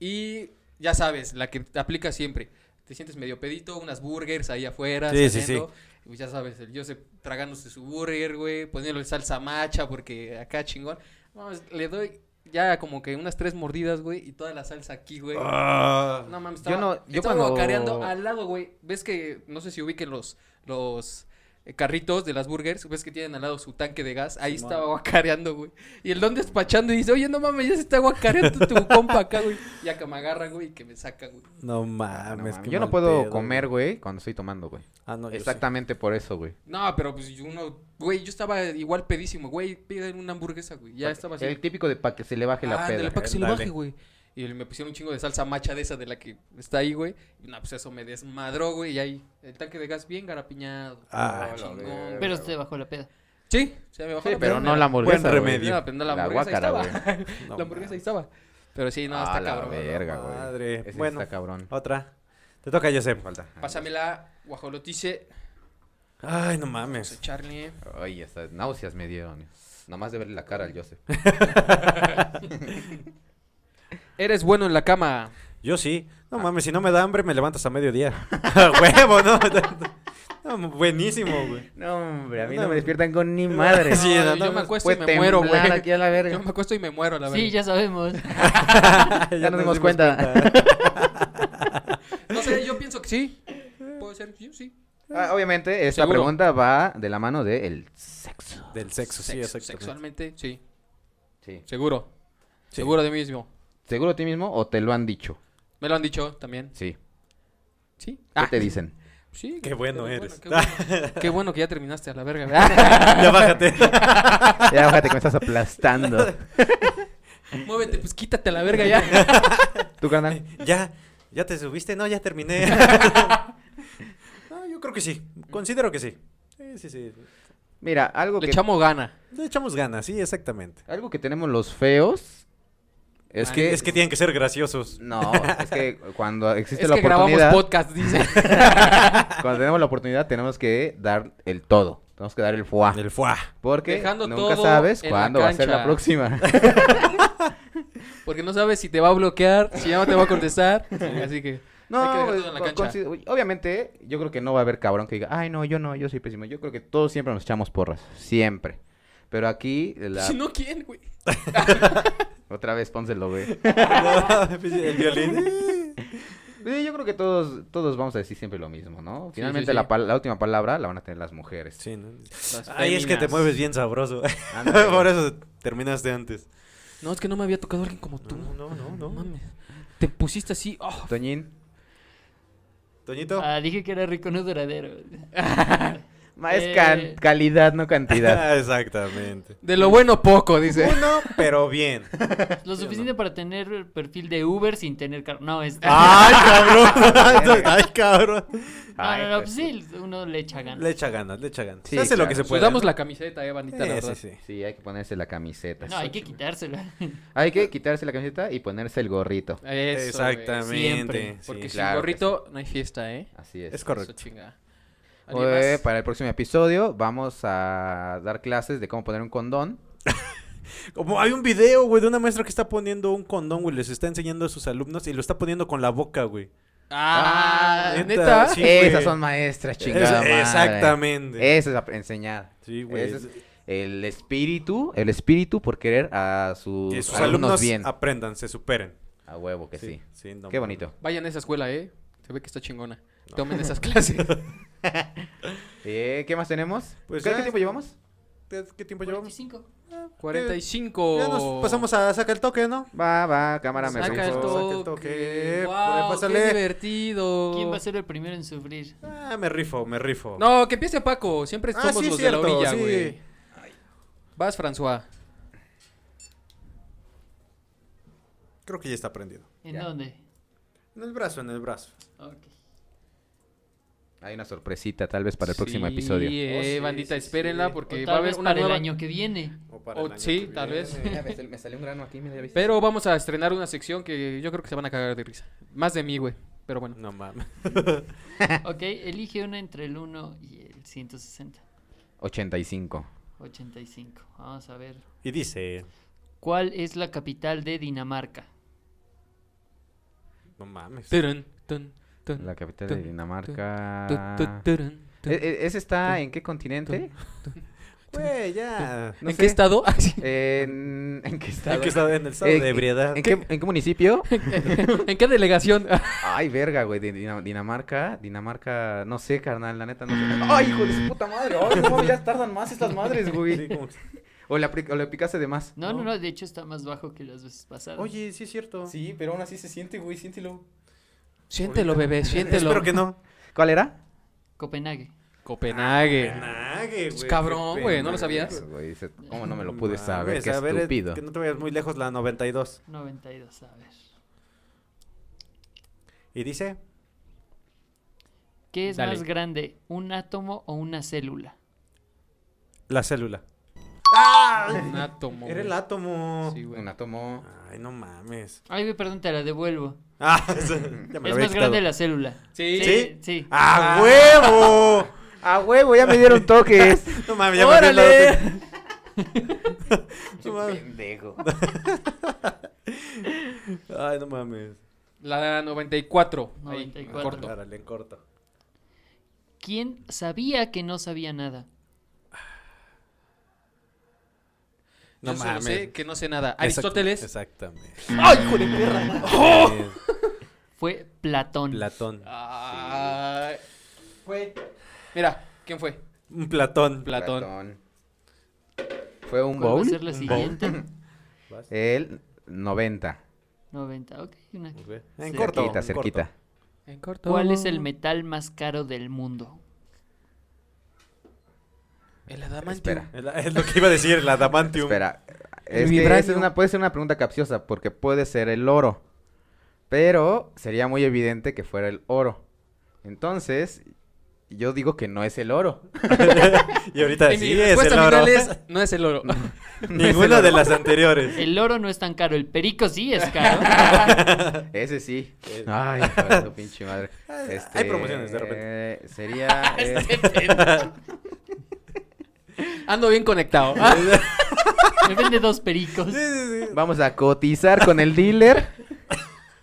Speaker 5: y ya sabes, la que te aplica siempre. Te sientes medio pedito, unas burgers ahí afuera,
Speaker 4: Sí, sí,
Speaker 5: cenando, y pues ya sabes, el Joseph tragándose su burger, güey, poniéndole salsa macha porque acá chingón. Vamos, le doy ya como que unas tres mordidas, güey, y toda la salsa aquí, güey.
Speaker 4: Ah.
Speaker 5: No mames,
Speaker 2: Yo
Speaker 5: estaba,
Speaker 2: no- yo
Speaker 5: estaba
Speaker 2: cuando-
Speaker 5: guacareando al lado, güey. Ves que, no sé si ubiquen los, los eh, carritos de las burgers, ves que tienen al lado su tanque de gas. Ahí estaba guacareando, güey. Y el don despachando y dice, oye, no mames, ya se está guacareando
Speaker 2: [LAUGHS]
Speaker 5: tu compa acá, güey. Y acá me agarra, güey, y que me saca, güey.
Speaker 4: No
Speaker 2: No
Speaker 4: mames.
Speaker 2: mames,
Speaker 4: qué
Speaker 2: yo no
Speaker 4: mal
Speaker 2: puedo
Speaker 4: pedo,
Speaker 2: comer, güey, cuando estoy tomando, güey.
Speaker 4: Ah, no, yo sí.
Speaker 2: Exactamente por eso, güey.
Speaker 5: No, pero pues yo uno, güey, yo estaba igual pedísimo, güey, piden una hamburguesa, güey. Ya estaba así.
Speaker 2: El típico de para que se le baje la
Speaker 5: Ah,
Speaker 2: peda.
Speaker 5: ándale, pa' que se lo
Speaker 4: Dale.
Speaker 5: baje, güey. Y me pusieron un chingo de salsa macha de esa de la que está ahí, güey. Y no, pues eso me desmadró, güey. Y ahí el tanque de gas bien garapiñado.
Speaker 4: Ah,
Speaker 5: Ah, chingón.
Speaker 2: verga.
Speaker 5: Pero-
Speaker 1: pero se bajó la peda.
Speaker 5: Sí, se me bajó
Speaker 2: Sí,
Speaker 5: la
Speaker 2: pero
Speaker 5: peda.
Speaker 2: no la hamburguesa.
Speaker 4: Buen
Speaker 2: güey.
Speaker 4: remedio.
Speaker 5: No, pero no, la
Speaker 2: La
Speaker 5: hamburguesa ahí
Speaker 2: guácara,
Speaker 5: estaba.
Speaker 4: No
Speaker 5: [LAUGHS] la hamburguesa ahí
Speaker 4: mames.
Speaker 5: estaba. Pero sí, no,
Speaker 2: Ah,
Speaker 5: está
Speaker 2: la
Speaker 5: cabrón.
Speaker 2: verga, güey.
Speaker 4: Madre.
Speaker 2: Ese sí
Speaker 4: Bueno.
Speaker 2: Está cabrón.
Speaker 4: Otra. Te toca, Joseph. Falta.
Speaker 5: Pásamela, guajolotice, pues,
Speaker 4: Ay, no mames.
Speaker 5: Charlie.
Speaker 2: Ay, estas náuseas me dieron. Nomás de verle la cara al Joseph.
Speaker 5: Eres bueno en la cama.
Speaker 4: Yo sí. No mames, si no me da hambre, me levantas a mediodía. [LAUGHS] Huevo, ¿no? [LAUGHS] No, buenísimo, güey. [LAUGHS]
Speaker 2: No, hombre, a mí
Speaker 4: No,
Speaker 2: no, pues
Speaker 4: no.
Speaker 2: me despiertan con ni madre.
Speaker 5: Sí,
Speaker 4: no, no,
Speaker 5: yo me
Speaker 4: no,
Speaker 5: acuesto y
Speaker 2: Puede
Speaker 5: me muero, güey.
Speaker 2: temblar
Speaker 5: [LAUGHS]
Speaker 2: aquí a la verga.
Speaker 5: Yo me acuesto y me muero, la
Speaker 1: Sí,
Speaker 5: verdad.
Speaker 1: ya sabemos.
Speaker 2: Ya nos dimos cuenta.
Speaker 5: No sé, yo pienso que sí. Puede ser, yo sí.
Speaker 2: Ah, obviamente, esta
Speaker 5: Seguro.
Speaker 2: pregunta va de la mano de el sexo.
Speaker 4: Del sexo, sí,
Speaker 5: Sexo-
Speaker 4: exactamente.
Speaker 5: Sexualmente, sí.
Speaker 2: Sí.
Speaker 5: Seguro. Seguro de mí mismo.
Speaker 2: ¿Seguro a ti mismo o te lo han dicho?
Speaker 5: Me lo han dicho también.
Speaker 2: Sí. ¿Qué
Speaker 5: Sí.
Speaker 2: te dicen? [LAUGHS]
Speaker 5: Sí.
Speaker 4: Qué bueno
Speaker 5: qué
Speaker 4: eres. [LAUGHS]
Speaker 5: qué, bueno. Qué bueno que ya terminaste a la verga.
Speaker 4: [LAUGHS]
Speaker 5: ¿verdad?
Speaker 4: Ya bájate.
Speaker 2: Ya bájate que me estás aplastando.
Speaker 5: Muévete, pues quítate a la verga ya.
Speaker 2: ¿Tú, carnal?
Speaker 4: ¿Ya? ¿Ya te subiste? No, ya terminé. [LAUGHS] No, yo creo que sí. Considero que sí. Sí, sí, sí.
Speaker 2: Mira, algo
Speaker 5: Le
Speaker 2: que,
Speaker 5: echamos gana.
Speaker 4: Le echamos ganas, sí, exactamente.
Speaker 2: algo que tenemos los feos Es
Speaker 5: Ah,
Speaker 2: que...
Speaker 4: Es que tienen que ser graciosos.
Speaker 2: No, es que cuando existe
Speaker 3: Es
Speaker 2: la
Speaker 3: que grabamos
Speaker 2: oportunidad...
Speaker 4: [LAUGHS]
Speaker 3: podcast, dice.
Speaker 2: Cuando tenemos la oportunidad tenemos que dar el todo. Tenemos que dar el foie.
Speaker 4: El fuá.
Speaker 2: Porque
Speaker 5: Dejando
Speaker 2: nunca
Speaker 5: todo
Speaker 2: sabes
Speaker 5: en la
Speaker 2: cuándo va a ser la
Speaker 5: cancha. [LAUGHS]
Speaker 2: próxima.
Speaker 3: Porque no sabes si te va a bloquear, si ya no te va a contestar. Así que.
Speaker 2: No,
Speaker 5: Hay que dejar
Speaker 2: pues,
Speaker 5: todo en la
Speaker 2: co-
Speaker 5: cancha.
Speaker 2: consi- obviamente, yo creo que no va a haber cabrón que diga, ay, no, yo no, yo soy pésimo. Yo creo que todos siempre nos echamos porras, siempre. Pero aquí, la-
Speaker 5: Si no, ¿quién, güey?
Speaker 2: otra vez, pónselo,
Speaker 5: [LAUGHS]
Speaker 2: güey.
Speaker 4: el violín.
Speaker 2: Sí, yo creo que todos, todos vamos a decir siempre lo mismo, ¿no? Finalmente,
Speaker 5: sí.
Speaker 2: La, pal- la última palabra la van a tener las mujeres.
Speaker 4: Sí, ¿no?
Speaker 5: Las
Speaker 4: Ay, es que te
Speaker 5: féminas.
Speaker 4: mueves bien sabroso.
Speaker 2: Ándale.
Speaker 4: [LAUGHS] Por eso terminaste antes.
Speaker 3: No, es que no me había tocado alguien como tú.
Speaker 4: No, no, no,
Speaker 3: No
Speaker 4: no.
Speaker 3: mames. Te pusiste así. oh.
Speaker 2: Toñín.
Speaker 4: Toñito.
Speaker 1: Ah, dije que era rico, no es duradero.
Speaker 2: Ma, es
Speaker 1: Eh.
Speaker 2: can- calidad, no
Speaker 5: [LAUGHS]
Speaker 2: cantidad.
Speaker 4: [LAUGHS] Exactamente.
Speaker 3: De lo bueno, poco, dice.
Speaker 4: Uno, pero bien.
Speaker 1: Lo suficiente para tener el perfil de Uber sin tener carro. No, es.
Speaker 4: ¡Ay, cabrón! [LAUGHS] ¡Ay, cabrón!
Speaker 1: [LAUGHS] no, no,
Speaker 2: Ay,
Speaker 1: no,
Speaker 2: pues,
Speaker 1: pues sí, uno le echa ganas.
Speaker 4: Le echa ganas, le echa ganas.
Speaker 2: Sí,
Speaker 4: Se hace lo
Speaker 2: claro.
Speaker 4: que se puede.
Speaker 5: Sudamos
Speaker 4: ¿no?
Speaker 5: la camiseta, eh, bandita, la
Speaker 4: Sí,
Speaker 5: verdad.
Speaker 4: sí, sí.
Speaker 2: Sí, hay que ponerse la camiseta.
Speaker 1: No, hay que quitársela.
Speaker 5: Pues
Speaker 2: Hay que quitarse la camiseta y ponerse el gorrito.
Speaker 5: Eso, Exactamente.
Speaker 4: Exactamente.
Speaker 1: siempre,
Speaker 4: sí.
Speaker 5: Porque sin
Speaker 2: claro que
Speaker 5: gorrito no hay fiesta, ¿eh?
Speaker 2: Así
Speaker 4: Es
Speaker 2: es.
Speaker 5: Eso
Speaker 4: correcto. Pues,
Speaker 5: chinga. ¿Alguien
Speaker 2: Eh,
Speaker 5: más?
Speaker 2: para el próximo episodio vamos a dar clases de cómo poner un condón.
Speaker 4: Como hay un video, güey, de una maestra que está poniendo un condón, güey. Les está enseñando a sus alumnos y lo está poniendo con la boca, güey.
Speaker 5: Ah,
Speaker 4: neta, [LAUGHS]
Speaker 5: neta.
Speaker 4: sí. güey.
Speaker 2: Esas son maestras, chingada
Speaker 4: Es-
Speaker 2: madre. Eh,
Speaker 4: exactamente.
Speaker 2: Esa es ap- enseñar.
Speaker 4: Sí, güey.
Speaker 2: Ese es el espíritu, el espíritu por querer a sus,
Speaker 4: Que sus
Speaker 2: alumnos,
Speaker 4: alumnos
Speaker 2: bien. A,
Speaker 4: aprendan, se superen.
Speaker 2: huevo que sí.
Speaker 4: sí, no
Speaker 2: Qué
Speaker 4: mames. [LAUGHS]
Speaker 2: bonito.
Speaker 5: Vayan a esa escuela, ¿eh? Se ve que está chingona. Tomen
Speaker 2: [LAUGHS]
Speaker 4: [LAUGHS]
Speaker 5: esas clases.
Speaker 2: Eh, ¿Qué más tenemos?
Speaker 4: Pues
Speaker 2: ¿Qué,
Speaker 4: ya.
Speaker 2: qué tiempo llevamos?
Speaker 4: ¿Qué, qué tiempo llevamos?
Speaker 1: 45.
Speaker 5: 45.
Speaker 4: Ya nos pasamos a saca el toque, ¿no?
Speaker 2: Va, va, cámara, me
Speaker 5: Saca el
Speaker 2: rifo.
Speaker 4: Saca el
Speaker 5: toque.
Speaker 4: toque.
Speaker 5: Guau,
Speaker 4: Por ahí,
Speaker 5: qué
Speaker 4: pásale.
Speaker 5: divertido.
Speaker 1: ¿Quién va a ser el primero en sufrir?
Speaker 4: Ah, me rifo, me rifo.
Speaker 5: No, que empiece Paco. Siempre
Speaker 4: Ah,
Speaker 5: somos
Speaker 4: sí,
Speaker 5: los
Speaker 4: cierto,
Speaker 5: de la orilla,
Speaker 4: sí.
Speaker 5: güey. Vas, François.
Speaker 4: Creo que ya está prendido.
Speaker 1: ¿En
Speaker 2: Ya.
Speaker 1: dónde?
Speaker 4: En el brazo, en el brazo.
Speaker 1: Ok.
Speaker 2: Hay una sorpresita tal vez para el próximo episodio.
Speaker 5: Sí, eh,
Speaker 4: Oh, sí,
Speaker 5: bandita,
Speaker 4: sí,
Speaker 5: espérenla
Speaker 4: sí.
Speaker 1: O
Speaker 5: porque
Speaker 1: tal
Speaker 5: va a haber
Speaker 1: vez
Speaker 5: una
Speaker 1: para
Speaker 5: nueva.
Speaker 1: el año que viene.
Speaker 4: O para
Speaker 5: O-
Speaker 4: el año
Speaker 5: sí,
Speaker 4: que
Speaker 5: tal vez.
Speaker 4: viene.
Speaker 2: me salió un grano aquí, mira,
Speaker 5: Pero vamos a estrenar una sección que yo creo que se van a cagar de risa. Más de mí, güey. Pero bueno.
Speaker 4: No mames. Ah.
Speaker 1: Ok, elige una entre el 1 y el 160.
Speaker 2: 85.
Speaker 1: 85. Vamos a ver.
Speaker 4: Y dice,
Speaker 1: ¿Cuál es la capital de Dinamarca?
Speaker 4: no mames.
Speaker 5: Turun, tun, tun,
Speaker 2: La capital
Speaker 5: Tun,
Speaker 2: de
Speaker 5: tun, tu, tu,
Speaker 2: Dinamarca.
Speaker 5: turun, tun.
Speaker 4: Eh,
Speaker 2: ¿E- e- ¿Ese está en qué continente?
Speaker 4: Güey, ya.
Speaker 2: No
Speaker 5: ¿En
Speaker 2: sé.
Speaker 5: qué estado? [LAUGHS] Ah, sí.
Speaker 2: En, ¿en qué estado?
Speaker 4: [LAUGHS] Hay que estar en el estado
Speaker 2: Eh,
Speaker 4: de ebriedad.
Speaker 2: ¿En qué, en qué municipio?
Speaker 5: ¿En qué delegación? Ah.
Speaker 2: Ay, verga, güey. de Dina- Dinamarca. Dinamarca. No sé, carnal. La neta no sé. Ay, hijo de su puta madre. Ay, no, ya tardan más estas madres,
Speaker 4: Sí,
Speaker 2: güey.
Speaker 4: como que-
Speaker 2: O la, pri- o la picaste de más.
Speaker 1: No, no, no, de hecho está más bajo que las veces pasadas.
Speaker 4: Oye, sí es cierto.
Speaker 2: Sí, pero aún así se siente, güey. Siéntelo.
Speaker 5: Siéntelo, bebé, siéntelo.
Speaker 4: Espero que no.
Speaker 2: ¿Cuál era?
Speaker 1: Copenhague.
Speaker 5: Copenhague.
Speaker 4: Nague,
Speaker 5: Pues, cabrón, güey, ¿no lo sabías?
Speaker 2: Eh, Güey, dice, ¿Cómo no me lo pude saber?
Speaker 4: Mames,
Speaker 2: Qué
Speaker 4: a ver, eh,
Speaker 2: estúpido.
Speaker 4: Que no te vayas muy lejos, la 92.
Speaker 1: 92, a ver.
Speaker 4: Y dice,
Speaker 1: ¿Qué es
Speaker 5: Dale.
Speaker 1: más grande, un átomo o una célula?
Speaker 4: la célula. [LAUGHS]
Speaker 5: Un átomo.
Speaker 4: Era el
Speaker 5: güey.
Speaker 4: átomo.
Speaker 5: Sí, güey.
Speaker 2: Un átomo.
Speaker 4: Ay, no mames. [LAUGHS]
Speaker 1: Ay, güey, perdón, te la devuelvo.
Speaker 4: Ah, [LAUGHS] ya me lo
Speaker 1: es
Speaker 4: había
Speaker 1: más grande
Speaker 4: quitado. Ah.
Speaker 1: la célula.
Speaker 5: Sí.
Speaker 1: Sí. sí. Ah.
Speaker 4: ¡A
Speaker 1: [LAUGHS]
Speaker 4: huevo!
Speaker 2: A huevo, ya me dieron toques.
Speaker 4: No mames, ya me había dado-
Speaker 1: [LAUGHS]
Speaker 4: [LAUGHS] No mames.
Speaker 2: [LAUGHS] Pendejo.
Speaker 4: Ay, no mames.
Speaker 5: La 94. ahí,
Speaker 1: 94.
Speaker 5: corto.
Speaker 4: Árale, en corto.
Speaker 1: ¿Quién sabía que no sabía nada?
Speaker 4: No
Speaker 5: Yo solo
Speaker 4: mames.
Speaker 5: sé que no sé nada. Aristóteles.
Speaker 4: Exactamente.
Speaker 5: ¡Ay, hijo de perra!
Speaker 3: ¡Oh!
Speaker 4: Eh,
Speaker 1: Fue Platón.
Speaker 4: Platón.
Speaker 5: Ay, Fue. Mira, ¿quién fue?
Speaker 4: Un Platón.
Speaker 5: Platón.
Speaker 2: Fue un
Speaker 1: ¿Cuál va a
Speaker 2: bowl.
Speaker 1: ser la siguiente?
Speaker 4: Vas.
Speaker 2: El 90.
Speaker 1: 90, ok. una-
Speaker 4: Ok. En
Speaker 1: Sí.
Speaker 4: corto.
Speaker 2: cerquita,
Speaker 4: en
Speaker 2: cerquita.
Speaker 4: corto.
Speaker 5: En corto.
Speaker 1: ¿Cuál es el metal más caro del mundo?
Speaker 5: El adamantium.
Speaker 2: Espera,
Speaker 4: Es la- Es lo que iba a decir, la Adamantium.
Speaker 2: espera.
Speaker 3: El
Speaker 2: Es que esa es
Speaker 3: vibranio.
Speaker 2: una, puede ser una pregunta capciosa porque puede ser el oro. Pero sería muy evidente que fuera el oro. Entonces, Yo digo que no es el
Speaker 4: [LAUGHS]
Speaker 2: oro.
Speaker 4: Y ahorita
Speaker 3: Y mi
Speaker 4: sí es
Speaker 3: respuesta
Speaker 4: el oro. [LAUGHS]
Speaker 3: final es, no es el oro.
Speaker 4: Ninguna de las anteriores.
Speaker 1: El oro no es tan caro, el perico sí es caro. [LAUGHS]
Speaker 2: Ese sí.
Speaker 4: El-
Speaker 2: Ay, hijo
Speaker 4: [LAUGHS]
Speaker 2: de su pinche madre.
Speaker 4: Eh. Hay
Speaker 2: Este,
Speaker 4: promociones, de repente. Este
Speaker 2: eh,
Speaker 4: [LAUGHS]
Speaker 2: sería. eh,
Speaker 3: Ando bien conectado.
Speaker 1: Me vende dos pericos.
Speaker 4: Sí, sí, sí.
Speaker 2: vamos a cotizar con el
Speaker 4: [LAUGHS]
Speaker 2: dealer.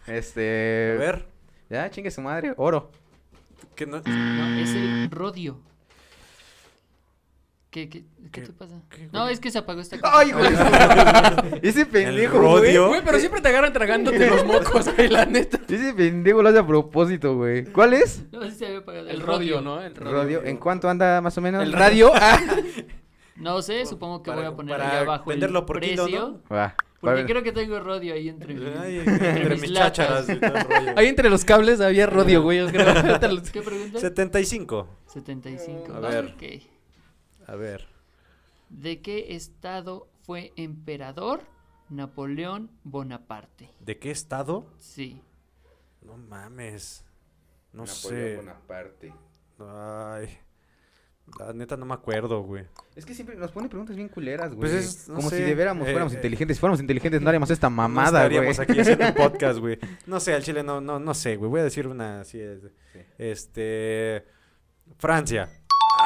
Speaker 2: Este.
Speaker 4: A ver.
Speaker 2: Ya, chingue su madre. Oro.
Speaker 4: ¿qué no?
Speaker 1: No, es el rodio. ¿Qué, qué, qué,
Speaker 4: ¿Qué-
Speaker 1: te pasa?
Speaker 4: qué,
Speaker 1: no,
Speaker 4: güey? Ah.
Speaker 1: es que se apagó esta cosa.
Speaker 2: ¡Ay, güey! [LAUGHS] Ese pendejo, güey.
Speaker 4: rodio?
Speaker 3: Güey, pero siempre te agarran tragándote los mocos, güey, la neta.
Speaker 2: Ese pendejo lo hace a propósito, güey. ¿Cuál es?
Speaker 1: No, sí se había apagado.
Speaker 3: El rodio, ¿no? El rodio.
Speaker 2: Radio. ¿En cuánto anda más o menos?
Speaker 3: El [LAUGHS] radio. ah,
Speaker 1: No sé, supongo que
Speaker 4: Para-
Speaker 1: voy a poner
Speaker 4: para
Speaker 1: ahí abajo
Speaker 4: venderlo
Speaker 1: el
Speaker 4: por kilo,
Speaker 1: precio.
Speaker 4: ¿no?
Speaker 2: Va.
Speaker 1: Porque
Speaker 2: Va-
Speaker 1: creo que tengo rodio ahí entre mis...
Speaker 4: Ay, entre mis chácharas. y todo el rollo.
Speaker 3: ahí entre los cables había rodio, güey. yo creo.
Speaker 1: ¿Qué pregunta?
Speaker 4: 75.
Speaker 1: 75.
Speaker 4: A ver.
Speaker 1: Ok.
Speaker 4: A ver.
Speaker 1: ¿De qué estado fue emperador Napoleón Bonaparte?
Speaker 4: ¿De qué estado?
Speaker 1: Sí.
Speaker 4: No mames. No sé. Ay. La neta no me acuerdo, güey.
Speaker 2: Es que siempre nos pone preguntas bien culeras, güey.
Speaker 4: Pues es- no
Speaker 2: Como
Speaker 4: sé,
Speaker 2: si de veras
Speaker 4: eh,
Speaker 2: fuéramos
Speaker 4: eh.
Speaker 2: inteligentes. Si fuéramos inteligentes no haríamos esta
Speaker 4: no
Speaker 2: mamada, güey.
Speaker 4: estaríamos aquí haciendo
Speaker 2: [LAUGHS]
Speaker 4: un podcast, güey. No sé, al Chile no, no, no sé, güey. Voy a decir una así. es- Este. Francia.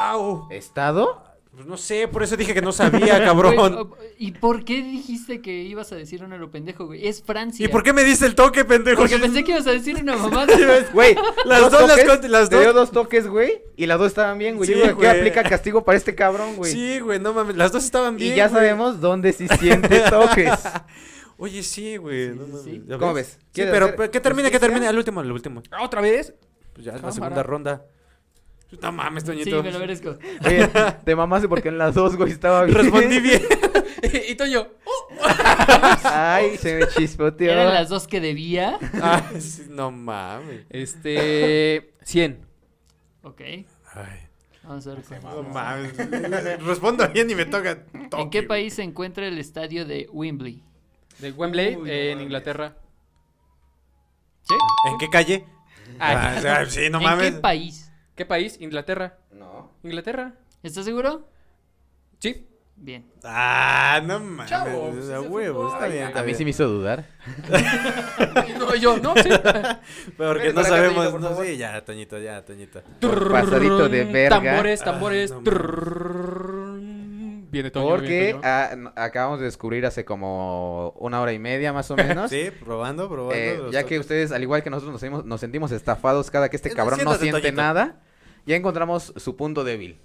Speaker 4: ¡Au!
Speaker 2: ¿Estado?
Speaker 4: Pues no sé, por eso dije que no sabía, cabrón.
Speaker 1: Pues, ¿Y por qué dijiste que ibas a decir una lo pendejo, güey? Es Francia.
Speaker 4: ¿Y por qué me diste el toque, pendejo?
Speaker 1: Porque pensé que ibas a decir una mamada.
Speaker 2: Güey,
Speaker 4: [LAUGHS] Las
Speaker 2: dos
Speaker 4: dos las
Speaker 2: toques,
Speaker 4: cont- [LAUGHS] las
Speaker 2: te
Speaker 4: dos-
Speaker 2: dio dos toques, güey, y las dos estaban bien, güey.
Speaker 4: Sí,
Speaker 2: Yo digo que
Speaker 4: güey.
Speaker 2: aplica castigo para este cabrón, güey.
Speaker 4: Sí, güey, no mames. Las dos estaban bien.
Speaker 2: y ya
Speaker 4: güey.
Speaker 2: sabemos dónde sí
Speaker 4: [LAUGHS]
Speaker 2: siente toques.
Speaker 4: Oye, sí, güey. no
Speaker 1: sí,
Speaker 4: mames,
Speaker 1: sí.
Speaker 4: ¿ya
Speaker 2: ¿Cómo ves?
Speaker 4: Sí,
Speaker 2: ¿Quieres
Speaker 4: pero
Speaker 2: hacer
Speaker 4: pero que termine, que
Speaker 2: justicia?
Speaker 4: termine. Al último, al último.
Speaker 3: [LAUGHS] ¿Otra vez?
Speaker 4: Pues ya, la
Speaker 3: Cámara.
Speaker 4: segunda ronda. No mames,
Speaker 1: Sí,
Speaker 4: Toñito.
Speaker 1: me lo merezco.
Speaker 2: Oye, te mamaste porque en las dos, güey, estaba bien. [LAUGHS]
Speaker 4: Respondí bien.
Speaker 3: [LAUGHS]
Speaker 4: [LAUGHS]
Speaker 3: y Toño,
Speaker 2: Ay, se me chispoteó.
Speaker 1: Eran las dos que debía.
Speaker 4: Ah, sí, no mames.
Speaker 3: este. 100.
Speaker 1: Ok.
Speaker 4: Ay,
Speaker 1: Vamos a ver. cuál
Speaker 4: no
Speaker 1: es.
Speaker 4: mames. [LAUGHS] Respondo bien y me toca toque,
Speaker 1: ¿En qué
Speaker 4: güey.
Speaker 1: país se encuentra el estadio de Wembley?
Speaker 3: De Wembley,
Speaker 4: Uy, no
Speaker 3: eh, en
Speaker 4: mames.
Speaker 3: Inglaterra.
Speaker 1: ¿Sí?
Speaker 4: ¿En qué calle? Ah, o sea, sí, no
Speaker 1: ¿En
Speaker 4: mames.
Speaker 1: qué país?
Speaker 3: ¿Qué país? Inglaterra.
Speaker 2: No.
Speaker 3: ¿Inglaterra?
Speaker 1: ¿Estás seguro?
Speaker 3: Sí.
Speaker 1: Bien.
Speaker 4: Ah, no mames.
Speaker 5: Chavo, pues,
Speaker 4: o sea,
Speaker 5: es de
Speaker 4: huevo,
Speaker 5: fútbol.
Speaker 4: está bien. está
Speaker 2: A mí
Speaker 4: bien.
Speaker 2: sí me hizo dudar.
Speaker 3: No, yo, no, [LAUGHS] sí.
Speaker 4: Porque
Speaker 2: Vete para
Speaker 4: no
Speaker 2: acá,
Speaker 4: sabemos.
Speaker 2: Toñito, por
Speaker 4: no,
Speaker 2: favor.
Speaker 4: sí, ya, Toñito, ya, Toñito.
Speaker 2: Por pasadito de verga.
Speaker 3: Tambores, tambores.
Speaker 4: Ah, no
Speaker 3: Trrrrrrrrrrrrrrrrrrrrrrrrrr. viene Toño. viene
Speaker 2: Porque
Speaker 3: Toño.
Speaker 2: ah, n- acabamos de descubrir hace como una hora y media más o [LAUGHS] menos.
Speaker 4: Sí, probando, probando.
Speaker 2: eh,
Speaker 4: los
Speaker 2: ya
Speaker 4: to-
Speaker 2: que ustedes, al igual que nosotros, nos, hemos- nos sentimos estafados cada que este
Speaker 4: Eh,
Speaker 2: cabrón no
Speaker 4: siéntate,
Speaker 2: siente
Speaker 4: Toñito.
Speaker 2: nada, ya encontramos su punto débil.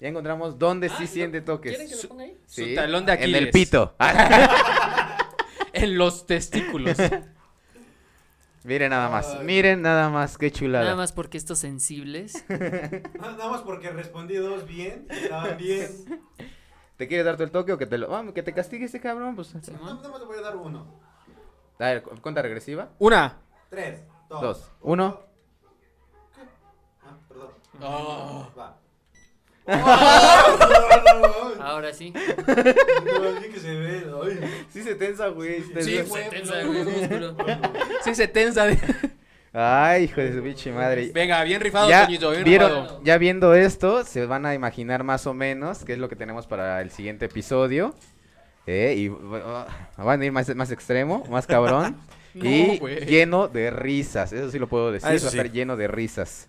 Speaker 2: Ya encontramos dónde sí siente toques. Su- sí,
Speaker 3: Su talón de
Speaker 2: En el
Speaker 3: Aquiles. [LAUGHS]
Speaker 2: pito. Ah,
Speaker 3: En los testículos.
Speaker 2: miren nada más. Miren nada más. Qué chulada.
Speaker 1: Nada más porque
Speaker 4: [LAUGHS]
Speaker 1: estos sensibles.
Speaker 4: Ah, [LAUGHS] Nada más porque respondí dos bien, [LAUGHS] estaban bien.
Speaker 2: ¿Te quiere dar tú el toque o que te lo. Vamos, que te castigue este cabrón? Pues.
Speaker 1: Simón.
Speaker 4: más le voy a dar uno.
Speaker 2: A ver, cu- cuenta regresiva.
Speaker 3: [LAUGHS] Una.
Speaker 4: Tres,
Speaker 2: Dos, uno.
Speaker 4: Ah, perdón.
Speaker 3: Oh.
Speaker 4: Va. [LAUGHS]
Speaker 1: Ahora sí.
Speaker 4: que se ve.
Speaker 2: Sí se tensa, güey. se
Speaker 3: Sí,
Speaker 2: tensa.
Speaker 3: güey.
Speaker 1: Se tensa, güey, el músculo.
Speaker 3: Sí, se tensa. de-
Speaker 2: Ay, hijo de su pinche madre.
Speaker 3: Venga, bien rifado,
Speaker 2: ya,
Speaker 3: Toñito, ¿eh? bien rifado.
Speaker 2: vieron, ya viendo esto, se van a imaginar más o menos qué es lo que tenemos para el siguiente episodio. Eh, y va- va- van a ir más, más extremo, más cabrón.
Speaker 3: [LAUGHS] No,
Speaker 2: y
Speaker 3: güey.
Speaker 2: lleno de risas. Eso sí lo puedo decir.
Speaker 4: Ah, eso
Speaker 2: va a
Speaker 4: sí.
Speaker 2: estar lleno de risas.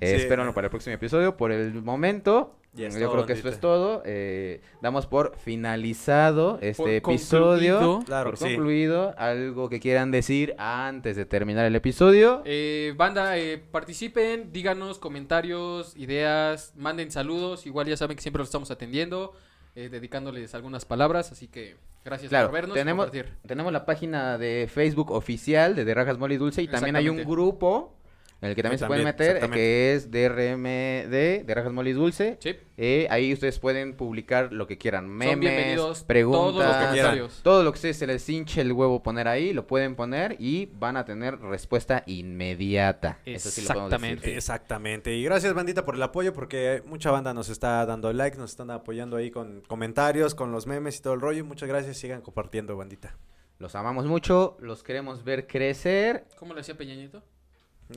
Speaker 2: Eh,
Speaker 4: Sí.
Speaker 2: Espérenlo para el próximo episodio. Por el momento,
Speaker 4: Ya es
Speaker 2: yo
Speaker 4: todo,
Speaker 2: creo que esto
Speaker 4: bandita.
Speaker 2: es todo. Eh, damos por finalizado este
Speaker 3: Por
Speaker 2: episodio.
Speaker 3: concluido.
Speaker 4: Claro,
Speaker 2: por
Speaker 4: sí.
Speaker 2: concluido, algo que quieran decir antes de terminar el episodio.
Speaker 3: Eh, banda, eh, participen, díganos comentarios, ideas, manden saludos. Igual ya saben que siempre los estamos atendiendo, eh, dedicándoles algunas palabras. Así que gracias
Speaker 2: Claro,
Speaker 3: por vernos. y
Speaker 2: tenemos,
Speaker 3: compartir.
Speaker 2: tenemos la página de Facebook oficial de Derrajas Mole y Dulce y también hay un
Speaker 3: Exactamente.
Speaker 2: grupo en el que también se pueden
Speaker 4: También,
Speaker 2: meter, eh,
Speaker 4: exactamente.
Speaker 2: que es DRMD, Derrajas Mole y Dulce.
Speaker 3: Sí.
Speaker 2: Eh, ahí ustedes pueden publicar lo que quieran, memes,
Speaker 3: bienvenidos todos los
Speaker 2: preguntas,
Speaker 3: comentarios.
Speaker 2: todo lo que ustedes se les hinche el huevo poner ahí, lo pueden poner y van a tener respuesta inmediata. Eso sí lo podemos decir.
Speaker 3: Exactamente.
Speaker 4: Exactamente. Y gracias, bandita, por el apoyo, porque mucha banda nos está dando like, nos están apoyando ahí con comentarios, con los memes y todo el rollo. Muchas gracias, sigan compartiendo, bandita.
Speaker 2: Los amamos mucho, los queremos ver crecer.
Speaker 3: ¿Cómo le decía Peña Nieto?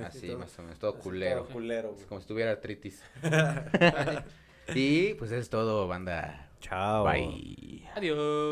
Speaker 2: Así, más o menos, todo
Speaker 4: Así,
Speaker 2: culero.
Speaker 4: todo culero,
Speaker 2: Es
Speaker 4: güey.
Speaker 2: como si tuviera artritis. [LAUGHS] y pues es todo, banda.
Speaker 4: Oh. Chao.
Speaker 2: Bye.
Speaker 5: Adiós.